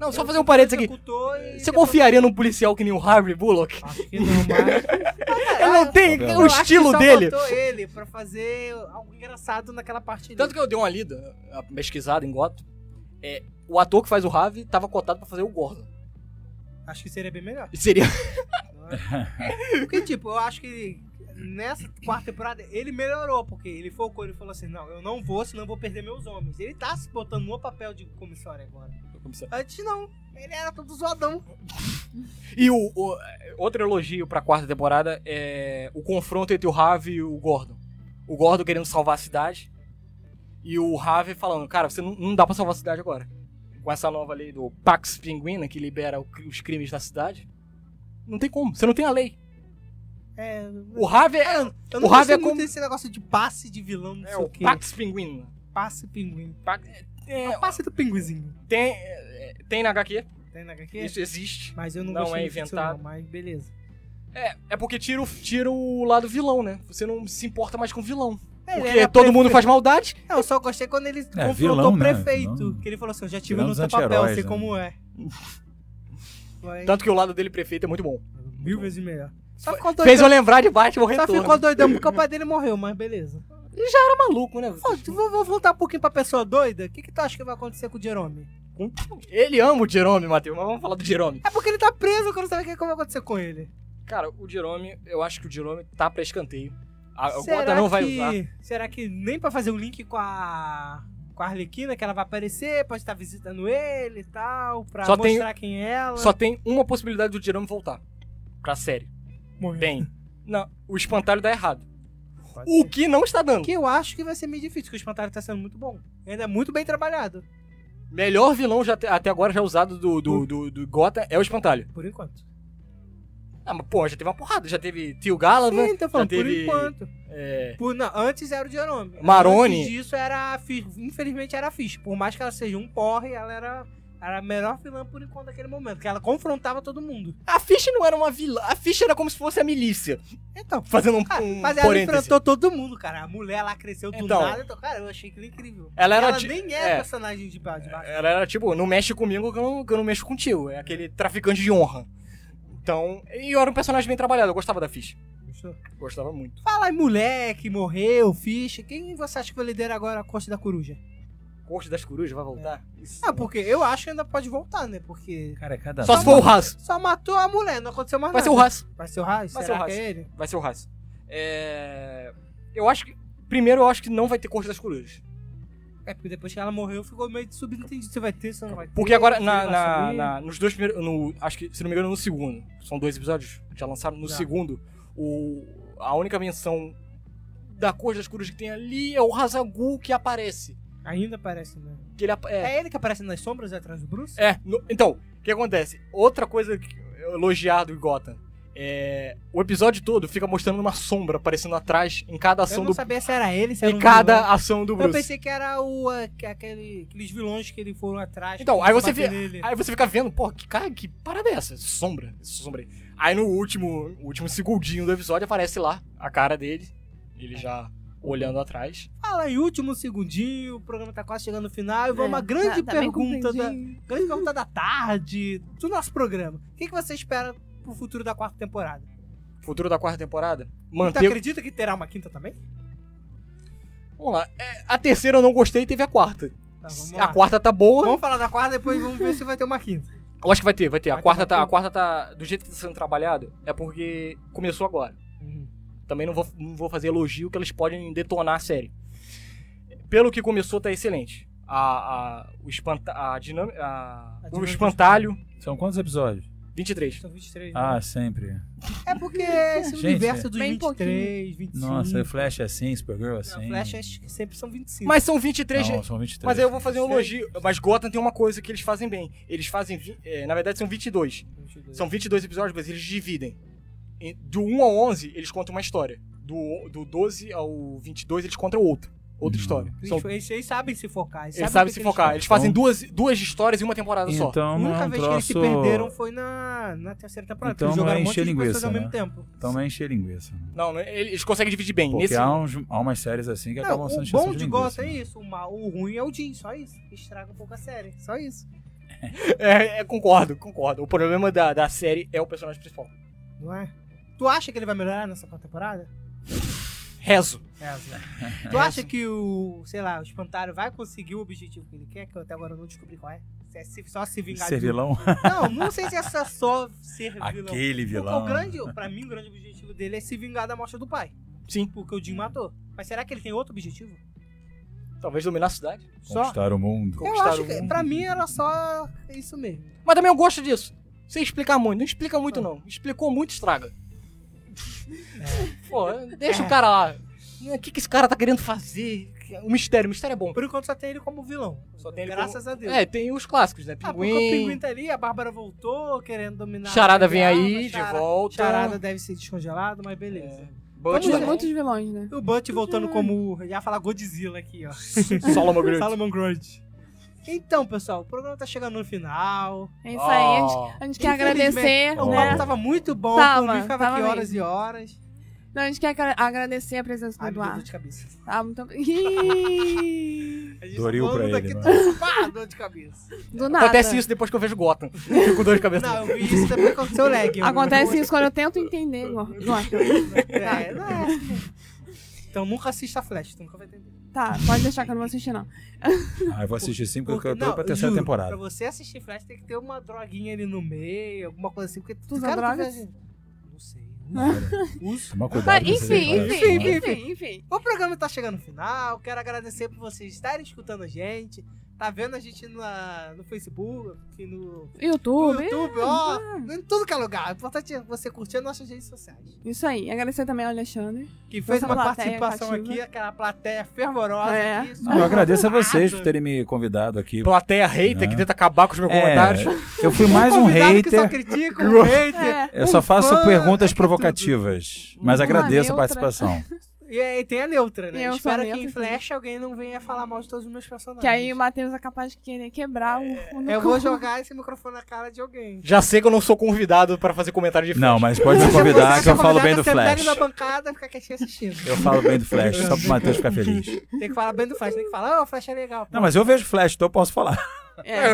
[SPEAKER 5] Não, só fazer um parênteses aqui.
[SPEAKER 3] Executor e
[SPEAKER 5] Você
[SPEAKER 3] depois-
[SPEAKER 5] confiaria num policial que nem o Harvey Bullock?
[SPEAKER 3] Acho que não, mas...
[SPEAKER 5] Ele
[SPEAKER 3] É.
[SPEAKER 5] não tem
[SPEAKER 6] Gabriel.
[SPEAKER 5] o
[SPEAKER 3] Eu acho que
[SPEAKER 5] estilo
[SPEAKER 3] só
[SPEAKER 5] dele.
[SPEAKER 3] botou ele pra fazer algo engraçado naquela parte
[SPEAKER 5] Tanto que eu dei uma lida, uma pesquisada em Gotham. É, o ator que faz o Harvey tava cotado pra fazer o Gordon.
[SPEAKER 3] Acho que seria bem melhor.
[SPEAKER 5] E seria.
[SPEAKER 3] Porque, tipo, eu acho que nessa quarta temporada ele melhorou, porque ele focou, ele falou assim, não, eu não vou, senão eu vou perder meus homens. Ele tá se botando no papel de comissário agora. Antes não, ele era todo zoadão.
[SPEAKER 5] E o, o- outro elogio pra quarta temporada é o confronto entre o Harvey e o Gordon. O Gordon querendo salvar a cidade. E o Harvey falando, cara, você não, não dá pra salvar a cidade agora. Com essa nova lei do Pax Pinguina, que libera o cri- os crimes da cidade. Não tem como, você não tem a lei.
[SPEAKER 3] É,
[SPEAKER 5] O Harvey é,
[SPEAKER 3] eu
[SPEAKER 5] o
[SPEAKER 3] não
[SPEAKER 5] Harvey
[SPEAKER 3] gostei
[SPEAKER 5] é
[SPEAKER 3] muito
[SPEAKER 5] como-
[SPEAKER 3] desse negócio de passe de vilão, não
[SPEAKER 5] é
[SPEAKER 3] sei
[SPEAKER 5] o
[SPEAKER 3] o quê.
[SPEAKER 5] Pax Pinguina.
[SPEAKER 3] Passe pinguim.
[SPEAKER 5] É,
[SPEAKER 3] É, passe do pinguizinho.
[SPEAKER 5] tem, é, tem na HQ,
[SPEAKER 3] Tem na HQ?
[SPEAKER 5] isso existe.
[SPEAKER 3] Mas eu não,
[SPEAKER 5] Não
[SPEAKER 3] gostei
[SPEAKER 5] é
[SPEAKER 3] do ficção,
[SPEAKER 5] inventado.
[SPEAKER 3] não, mas beleza.
[SPEAKER 5] É, é porque tira o, tira o lado vilão, né? Você não se importa mais com o vilão.
[SPEAKER 3] Ele
[SPEAKER 5] Porque
[SPEAKER 3] era
[SPEAKER 5] todo mundo
[SPEAKER 3] prefeito.
[SPEAKER 5] faz maldade.
[SPEAKER 3] É, eu só gostei quando ele confrontou
[SPEAKER 6] vilão,
[SPEAKER 3] o
[SPEAKER 6] né?
[SPEAKER 3] prefeito.
[SPEAKER 6] Vilão.
[SPEAKER 3] Que ele falou assim: eu já tive
[SPEAKER 6] Vilão
[SPEAKER 3] no
[SPEAKER 6] dos
[SPEAKER 3] seu papel, eu
[SPEAKER 6] anti-heróis,
[SPEAKER 3] sei
[SPEAKER 6] né?
[SPEAKER 3] como é. Foi
[SPEAKER 5] Tanto que o lado dele prefeito é muito bom.
[SPEAKER 3] mil vezes melhor. Tá- Só ficou
[SPEAKER 5] Fez eu
[SPEAKER 3] doidão.
[SPEAKER 5] lembrar de Batman
[SPEAKER 3] Só
[SPEAKER 5] Retorno.
[SPEAKER 3] ficou doidão porque o pai dele morreu, mas beleza.
[SPEAKER 5] Tá maluco, né?
[SPEAKER 3] Pô, tu- vou, vou voltar um pouquinho pra pessoa doida. O que, que tu acha que vai acontecer com o Jerome?
[SPEAKER 5] Ele ama o Jerome, Matheus, mas vamos falar do Jerome.
[SPEAKER 3] É porque ele tá preso, que eu não sabia o que que vai acontecer com ele.
[SPEAKER 5] Cara, o Jerome, eu acho que o Jerome tá pra escanteio. A, o
[SPEAKER 3] será
[SPEAKER 5] Gota não
[SPEAKER 3] que,
[SPEAKER 5] vai usar.
[SPEAKER 3] Será que nem pra fazer um link com a. Com a Arlequina, que ela vai aparecer, pode estar visitando ele e tal, pra
[SPEAKER 5] Só tem-
[SPEAKER 3] mostrar quem é ela.
[SPEAKER 5] Só tem uma possibilidade do Jerome voltar pra série.
[SPEAKER 3] Morreu.
[SPEAKER 5] Bem, não, o espantalho dá errado.
[SPEAKER 3] Pode
[SPEAKER 5] O que não está dando.
[SPEAKER 3] é. Que eu acho que vai ser meio difícil, porque o espantalho tá sendo muito bom. Ainda é muito bem trabalhado,
[SPEAKER 5] Melhor vilão já, te- até agora já usado do,
[SPEAKER 3] Hum.
[SPEAKER 5] do, do, do Gota é o espantalho.
[SPEAKER 3] por enquanto.
[SPEAKER 5] Ah, mas pô, já teve uma porrada. Já teve Tio Galavan,
[SPEAKER 3] Sim, tô
[SPEAKER 5] já
[SPEAKER 3] falando, por
[SPEAKER 5] teve.
[SPEAKER 3] enquanto.
[SPEAKER 5] é,
[SPEAKER 3] Por- não, antes era o Jerome.
[SPEAKER 5] Maroni.
[SPEAKER 3] Antes disso era a Fish. Infelizmente era a Fish. Por mais que ela seja um porre, ela era, era a melhor vilã por enquanto naquele momento, porque ela confrontava todo mundo.
[SPEAKER 5] A Fish não era uma vilã. A Fish era como se fosse a milícia.
[SPEAKER 3] Então.
[SPEAKER 5] Fazendo um,
[SPEAKER 3] ah,
[SPEAKER 5] um
[SPEAKER 3] mas ela
[SPEAKER 5] parêntese.
[SPEAKER 3] enfrentou todo mundo, cara. A mulher lá cresceu do
[SPEAKER 5] Então.
[SPEAKER 3] nada. Então, cara, eu achei que era incrível.
[SPEAKER 5] Ela era.
[SPEAKER 3] ela
[SPEAKER 5] ti-
[SPEAKER 3] nem era
[SPEAKER 5] é,
[SPEAKER 3] personagem de baixo.
[SPEAKER 5] ela era tipo, não mexe comigo que eu não, que eu não mexo contigo. É aquele traficante de honra. Então. E eu era um personagem bem trabalhado. Eu gostava da Fish. Gostava muito.
[SPEAKER 3] Fala em moleque, morreu, Fish. Quem você acha que vai liderar agora a Corte da Coruja?
[SPEAKER 5] Corte das Corujas vai voltar? Isso.
[SPEAKER 3] Ah, Tá porque eu acho que ainda pode voltar, né? Porque
[SPEAKER 6] Cara, é cada
[SPEAKER 5] Só se for o Haas.
[SPEAKER 3] só matou a mulher, não aconteceu mais
[SPEAKER 5] Vai ser
[SPEAKER 3] nada.
[SPEAKER 5] o Haas.
[SPEAKER 3] Vai ser o Raiz?
[SPEAKER 5] Vai
[SPEAKER 3] Vai
[SPEAKER 5] ser o
[SPEAKER 3] Será
[SPEAKER 5] Haas.
[SPEAKER 3] que é ele?
[SPEAKER 5] Vai ser o Haas. É... Eu acho que. Primeiro, eu acho que não vai ter Corte das Corujas.
[SPEAKER 3] É, porque depois que ela morreu, ficou meio de subentendido. Você vai ter, você não vai ter.
[SPEAKER 5] Porque agora,
[SPEAKER 3] você
[SPEAKER 5] na,
[SPEAKER 3] vai
[SPEAKER 5] na-
[SPEAKER 3] saber.
[SPEAKER 5] na- nos dois primeiros. No, acho que, se não me engano, no segundo. São dois episódios já lançaram. No
[SPEAKER 3] Já.
[SPEAKER 5] segundo, o, a única menção da cor das curas que tem ali é o Hazagul que aparece.
[SPEAKER 3] Ainda aparece, né?
[SPEAKER 5] Que ele, apa- é,
[SPEAKER 3] É. ele que aparece nas sombras atrás do Bruce?
[SPEAKER 5] é, no- então, o que acontece? Outra coisa que- elogiado em Gotham. É, o episódio todo fica mostrando uma sombra aparecendo atrás em cada
[SPEAKER 3] Eu
[SPEAKER 5] ação
[SPEAKER 3] não
[SPEAKER 5] do
[SPEAKER 3] sabia se era ele, se era
[SPEAKER 5] em
[SPEAKER 3] um
[SPEAKER 5] cada
[SPEAKER 3] vilão.
[SPEAKER 5] ação do
[SPEAKER 3] Eu
[SPEAKER 5] Bruce.
[SPEAKER 3] pensei que era o, a- que- é aquele, aqueles vilões que ele foram atrás.
[SPEAKER 5] Então,
[SPEAKER 3] que
[SPEAKER 5] aí você
[SPEAKER 3] bater
[SPEAKER 5] vê-
[SPEAKER 3] nele.
[SPEAKER 5] Aí você fica vendo, pô, que cara, que parada é essa? Sombra, sombra aí. Aí no último, último segundinho do episódio aparece lá a cara dele, ele já olhando atrás.
[SPEAKER 3] Fala em último segundinho, o programa tá quase chegando no final. E vamos à
[SPEAKER 2] É,
[SPEAKER 3] grande
[SPEAKER 2] tá- tá bem
[SPEAKER 3] pergunta da,
[SPEAKER 2] compridinho.
[SPEAKER 3] grande pergunta da tarde do nosso programa. O que, que você espera pro futuro da quarta temporada?
[SPEAKER 5] Futuro da quarta temporada,
[SPEAKER 3] Tu
[SPEAKER 5] manter.
[SPEAKER 3] Tá, acredita que terá uma quinta também?
[SPEAKER 5] Vamos lá. É, a terceira eu não gostei e teve a quarta.
[SPEAKER 3] Tá, vamos
[SPEAKER 5] a
[SPEAKER 3] lá.
[SPEAKER 5] quarta tá boa.
[SPEAKER 3] Vamos falar da quarta, depois vamos ver se vai ter uma quinta.
[SPEAKER 5] Eu acho que vai ter, vai ter. A
[SPEAKER 3] Vai
[SPEAKER 5] quarta,
[SPEAKER 3] ter,
[SPEAKER 5] tá,
[SPEAKER 3] vai
[SPEAKER 5] a quarta tá. Do jeito que tá sendo trabalhado, é porque começou agora. Também não vou, não vou fazer elogio que eles podem detonar a série. Pelo que começou, tá excelente. A, a, o, espanta, a, dinam, a, o
[SPEAKER 3] dinâmica
[SPEAKER 5] espantalho,
[SPEAKER 6] São quantos episódios?
[SPEAKER 5] 23.
[SPEAKER 3] São 23. né?
[SPEAKER 6] Ah, sempre.
[SPEAKER 3] É porque esse
[SPEAKER 6] Gente,
[SPEAKER 3] universo dos
[SPEAKER 2] Bem
[SPEAKER 3] 23, 25.
[SPEAKER 6] Nossa, Flash é assim, Supergirl é
[SPEAKER 3] Não,
[SPEAKER 6] assim.
[SPEAKER 3] Flash acho que sempre são 25.
[SPEAKER 5] Mas são 23.
[SPEAKER 6] Não, são 23.
[SPEAKER 5] mas aí eu vou fazer um elogio. Mas Gotham tem uma coisa que eles fazem bem. Eles fazem. vi- é, na verdade, são 22. São 22 episódios, mas eles dividem. Em- Do 1 ao 11, eles contam uma história. Do, o- do 12 ao 22, eles contam outra. Outra
[SPEAKER 6] Hum.
[SPEAKER 5] história.
[SPEAKER 3] Eles,
[SPEAKER 5] São-
[SPEAKER 3] eles, eles sabem se focar. Eles,
[SPEAKER 5] eles
[SPEAKER 3] o
[SPEAKER 5] sabem
[SPEAKER 3] que
[SPEAKER 5] se
[SPEAKER 3] que
[SPEAKER 5] focar. Eles fazem
[SPEAKER 6] Então-
[SPEAKER 5] duas, duas histórias em uma temporada só.
[SPEAKER 3] A
[SPEAKER 6] Então não é
[SPEAKER 3] única
[SPEAKER 6] um
[SPEAKER 3] vez
[SPEAKER 6] troço...
[SPEAKER 3] que eles se perderam foi na, na terceira temporada.
[SPEAKER 6] Então
[SPEAKER 3] porque
[SPEAKER 6] não é
[SPEAKER 3] eles jogaram um monte de
[SPEAKER 6] encher
[SPEAKER 3] coisas ao
[SPEAKER 6] linguiça,
[SPEAKER 3] mesmo tempo.
[SPEAKER 6] Então não é encher linguiça. né?
[SPEAKER 5] Não, não, eles conseguem dividir bem.
[SPEAKER 6] Porque é um
[SPEAKER 5] Nesse,
[SPEAKER 6] há, uns, há umas séries assim que
[SPEAKER 3] Não,
[SPEAKER 6] acabam sendo
[SPEAKER 3] o
[SPEAKER 6] encheção
[SPEAKER 3] bom de
[SPEAKER 6] linguiça. né?
[SPEAKER 3] Gotham é isso. O, mal, o ruim é o Jim, só isso. Estraga um pouco a série, só isso.
[SPEAKER 5] é, é, concordo, concordo. O problema da, da série é o personagem principal.
[SPEAKER 3] Não é? Tu acha que ele vai melhorar nessa quarta temporada?
[SPEAKER 5] Rezo.
[SPEAKER 3] É, Zé. Tu acha que o, sei lá, o Espantalho vai conseguir o objetivo que ele quer? Que eu até agora não descobri qual é. Se é se- só se vingar
[SPEAKER 6] Ser
[SPEAKER 3] de- um.
[SPEAKER 6] vilão?
[SPEAKER 3] Não, não sei se é só- só ser vilão.
[SPEAKER 6] Aquele vilão.
[SPEAKER 5] um-
[SPEAKER 3] Porque o grande, pra mim, o grande objetivo dele é se vingar da morte do pai.
[SPEAKER 5] Sim.
[SPEAKER 3] Porque o Jim matou. Mas será que ele tem outro objetivo?
[SPEAKER 5] Talvez dominar a cidade.
[SPEAKER 3] Só?
[SPEAKER 6] Conquistar o mundo.
[SPEAKER 3] Eu
[SPEAKER 5] Conquistar
[SPEAKER 3] acho
[SPEAKER 5] o
[SPEAKER 3] que,
[SPEAKER 5] mundo.
[SPEAKER 3] pra mim, era só isso mesmo.
[SPEAKER 5] Mas também eu gosto disso. Sem explicar muito. Não explica muito, não. Explicou muito,
[SPEAKER 3] É.
[SPEAKER 5] estraga. Pô, deixa o cara lá. O que, que esse cara tá querendo fazer? O mistério. O mistério é bom.
[SPEAKER 3] Por enquanto, só tem ele como vilão.
[SPEAKER 5] Só tem ele
[SPEAKER 3] Graças a Deus.
[SPEAKER 5] É, tem os clássicos, né?
[SPEAKER 3] Ah, porque o
[SPEAKER 5] Pinguim.
[SPEAKER 3] pinguim tá ali, a Bárbara voltou, querendo dominar.
[SPEAKER 5] charada
[SPEAKER 3] a
[SPEAKER 5] vem aí,
[SPEAKER 3] Chara-
[SPEAKER 5] de volta.
[SPEAKER 3] Charada deve ser descongelado, mas beleza.
[SPEAKER 5] É. Bud,
[SPEAKER 3] Vamos
[SPEAKER 2] Muitos,
[SPEAKER 3] lá.
[SPEAKER 2] muitos vilões, né?
[SPEAKER 3] E O Butt voltando como. Já falar Godzilla aqui, ó.
[SPEAKER 5] Solomon Grant.
[SPEAKER 3] Salomon Grudge. Então, pessoal, o programa tá chegando no final.
[SPEAKER 2] É isso aí. A
[SPEAKER 5] Oh.
[SPEAKER 3] Ah.
[SPEAKER 2] gente, a gente quer agradecer,
[SPEAKER 5] É
[SPEAKER 3] O
[SPEAKER 2] né?
[SPEAKER 3] papo tava muito bom,
[SPEAKER 2] Tava,
[SPEAKER 3] por mim ficava
[SPEAKER 2] tava
[SPEAKER 3] aqui horas
[SPEAKER 2] mesmo.
[SPEAKER 3] e horas.
[SPEAKER 2] Não, a gente quer agra- agradecer a presença do
[SPEAKER 3] Ai, me deu dor
[SPEAKER 2] Eduardo.
[SPEAKER 3] de cabeça.
[SPEAKER 2] Tá, muito Ih,
[SPEAKER 3] A gente
[SPEAKER 6] Doril
[SPEAKER 3] tá falando
[SPEAKER 6] pra
[SPEAKER 3] daqui
[SPEAKER 6] ele, né?
[SPEAKER 3] tudo, pá, dor de cabeça.
[SPEAKER 2] Do nada.
[SPEAKER 5] Acontece isso depois que eu vejo Gotham. Fico com dor de cabeça.
[SPEAKER 3] Não, eu vi isso também com o seu lag. eu-
[SPEAKER 2] Acontece isso quando eu tento entender, Gor- Gorka.
[SPEAKER 3] É, não é. Então nunca assista Flash, tu nunca vai entender.
[SPEAKER 2] Tá, pode deixar que eu não vou assistir, não.
[SPEAKER 6] Ah, eu vou assistir sim porque eu tô
[SPEAKER 3] não,
[SPEAKER 6] pra terceira
[SPEAKER 3] juro,
[SPEAKER 6] temporada.
[SPEAKER 3] Pra você assistir Flash tem que ter uma droguinha ali no meio, alguma coisa assim, porque tu
[SPEAKER 2] usa drogas?
[SPEAKER 3] vai- Não sei.
[SPEAKER 6] Uso. Toma Né? cuidado.
[SPEAKER 2] Tá,
[SPEAKER 6] com essas
[SPEAKER 2] enfim,
[SPEAKER 6] paradas.
[SPEAKER 2] enfim, enfim, enfim.
[SPEAKER 3] O programa tá chegando no final, quero agradecer por vocês estarem escutando a gente, tá vendo a gente na- no Facebook, aqui no, no
[SPEAKER 2] YouTube.
[SPEAKER 3] YouTube, ó, em tudo que é lugar. O importante é você curtir nossas redes sociais.
[SPEAKER 2] Isso aí. Agradecer também ao Alexandre.
[SPEAKER 3] Que fez
[SPEAKER 2] Nossa
[SPEAKER 3] uma
[SPEAKER 2] plateia
[SPEAKER 3] participação
[SPEAKER 2] cativa.
[SPEAKER 3] aqui, aquela plateia fervorosa.
[SPEAKER 2] Né? É.
[SPEAKER 3] aqui,
[SPEAKER 6] Não, eu agradeço a
[SPEAKER 3] super
[SPEAKER 6] vocês por
[SPEAKER 3] animada.
[SPEAKER 6] terem me convidado aqui.
[SPEAKER 5] Plateia hater
[SPEAKER 6] Não.
[SPEAKER 5] que tenta acabar com os meus
[SPEAKER 6] É,
[SPEAKER 5] comentários.
[SPEAKER 6] eu fui mais um
[SPEAKER 3] Convidado que só
[SPEAKER 6] hater.
[SPEAKER 3] critica, um hater.
[SPEAKER 2] É.
[SPEAKER 6] Eu só faço
[SPEAKER 3] fã,
[SPEAKER 6] perguntas
[SPEAKER 3] é
[SPEAKER 6] provocativas, mas
[SPEAKER 2] Uma
[SPEAKER 6] agradeço
[SPEAKER 2] neutra.
[SPEAKER 6] a participação.
[SPEAKER 3] E aí tem a neutra, né?
[SPEAKER 2] Eu sou a
[SPEAKER 3] Espero que
[SPEAKER 2] neutra,
[SPEAKER 3] em
[SPEAKER 2] sim.
[SPEAKER 3] Flash alguém não venha falar mal de todos os meus personagens.
[SPEAKER 2] Que aí o Matheus é capaz de querer quebrar o... o
[SPEAKER 3] Eu vou jogar esse microfone na cara de alguém.
[SPEAKER 5] Já sei que eu não sou convidado pra fazer comentário de
[SPEAKER 6] Não,
[SPEAKER 5] frente.
[SPEAKER 6] mas pode me convidar que eu falo bem do
[SPEAKER 3] Você pega
[SPEAKER 6] Flash.
[SPEAKER 3] na bancada e fica quietinho assistindo.
[SPEAKER 6] Eu falo bem do Flash, só pro Matheus ficar feliz.
[SPEAKER 3] Tem que falar bem do Flash, tem que falar, ô, o Flash é legal. pô.
[SPEAKER 6] Não, mas eu vejo Flash, então eu posso falar.
[SPEAKER 2] É,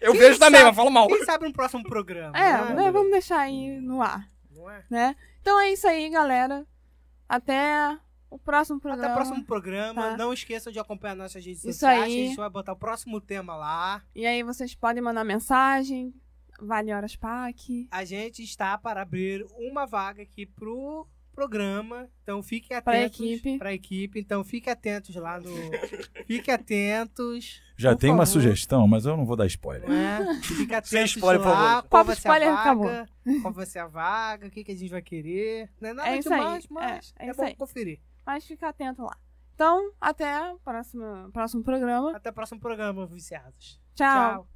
[SPEAKER 5] Eu vejo também,
[SPEAKER 3] sabe?
[SPEAKER 5] mas falo mal.
[SPEAKER 3] Quem sabe no próximo programa.
[SPEAKER 2] é
[SPEAKER 3] né?
[SPEAKER 2] né, vamos deixar aí no ar,
[SPEAKER 3] Não é?
[SPEAKER 2] né? Então é isso aí, galera. Até o próximo programa.
[SPEAKER 3] Até o próximo programa.
[SPEAKER 2] é? Tá.
[SPEAKER 3] Não esqueçam de acompanhar nossas redes
[SPEAKER 2] Isso
[SPEAKER 3] sociais.
[SPEAKER 2] aí.
[SPEAKER 3] A gente vai botar o próximo tema lá.
[SPEAKER 2] E aí vocês podem mandar mensagem. Vale Horas Pac.
[SPEAKER 3] A gente está para abrir uma vaga aqui pro programa. Então fiquem atentos.
[SPEAKER 2] Pra equipe.
[SPEAKER 3] Pra equipe. Então fiquem atentos lá no. fiquem atentos.
[SPEAKER 6] Já
[SPEAKER 3] Por
[SPEAKER 6] tem uma
[SPEAKER 3] favor.
[SPEAKER 6] sugestão, mas eu não vou dar spoiler.
[SPEAKER 3] Não é? Fica
[SPEAKER 5] Sem
[SPEAKER 3] atento
[SPEAKER 5] spoiler, por
[SPEAKER 3] lá,
[SPEAKER 5] favor.
[SPEAKER 3] qual
[SPEAKER 2] Papo
[SPEAKER 3] vai ser
[SPEAKER 2] spoiler,
[SPEAKER 3] a vaga, qual vai ser a vaga, o que, que a gente vai querer. Não é nada
[SPEAKER 2] É isso aí,
[SPEAKER 3] demais,
[SPEAKER 2] é,
[SPEAKER 3] mas
[SPEAKER 2] é
[SPEAKER 3] é,
[SPEAKER 2] isso
[SPEAKER 3] bom
[SPEAKER 2] aí.
[SPEAKER 3] conferir.
[SPEAKER 2] Mas fica atento lá. Então, até o próximo, próximo programa.
[SPEAKER 3] Até o próximo programa, viciados.
[SPEAKER 2] Tchau.
[SPEAKER 3] Tchau.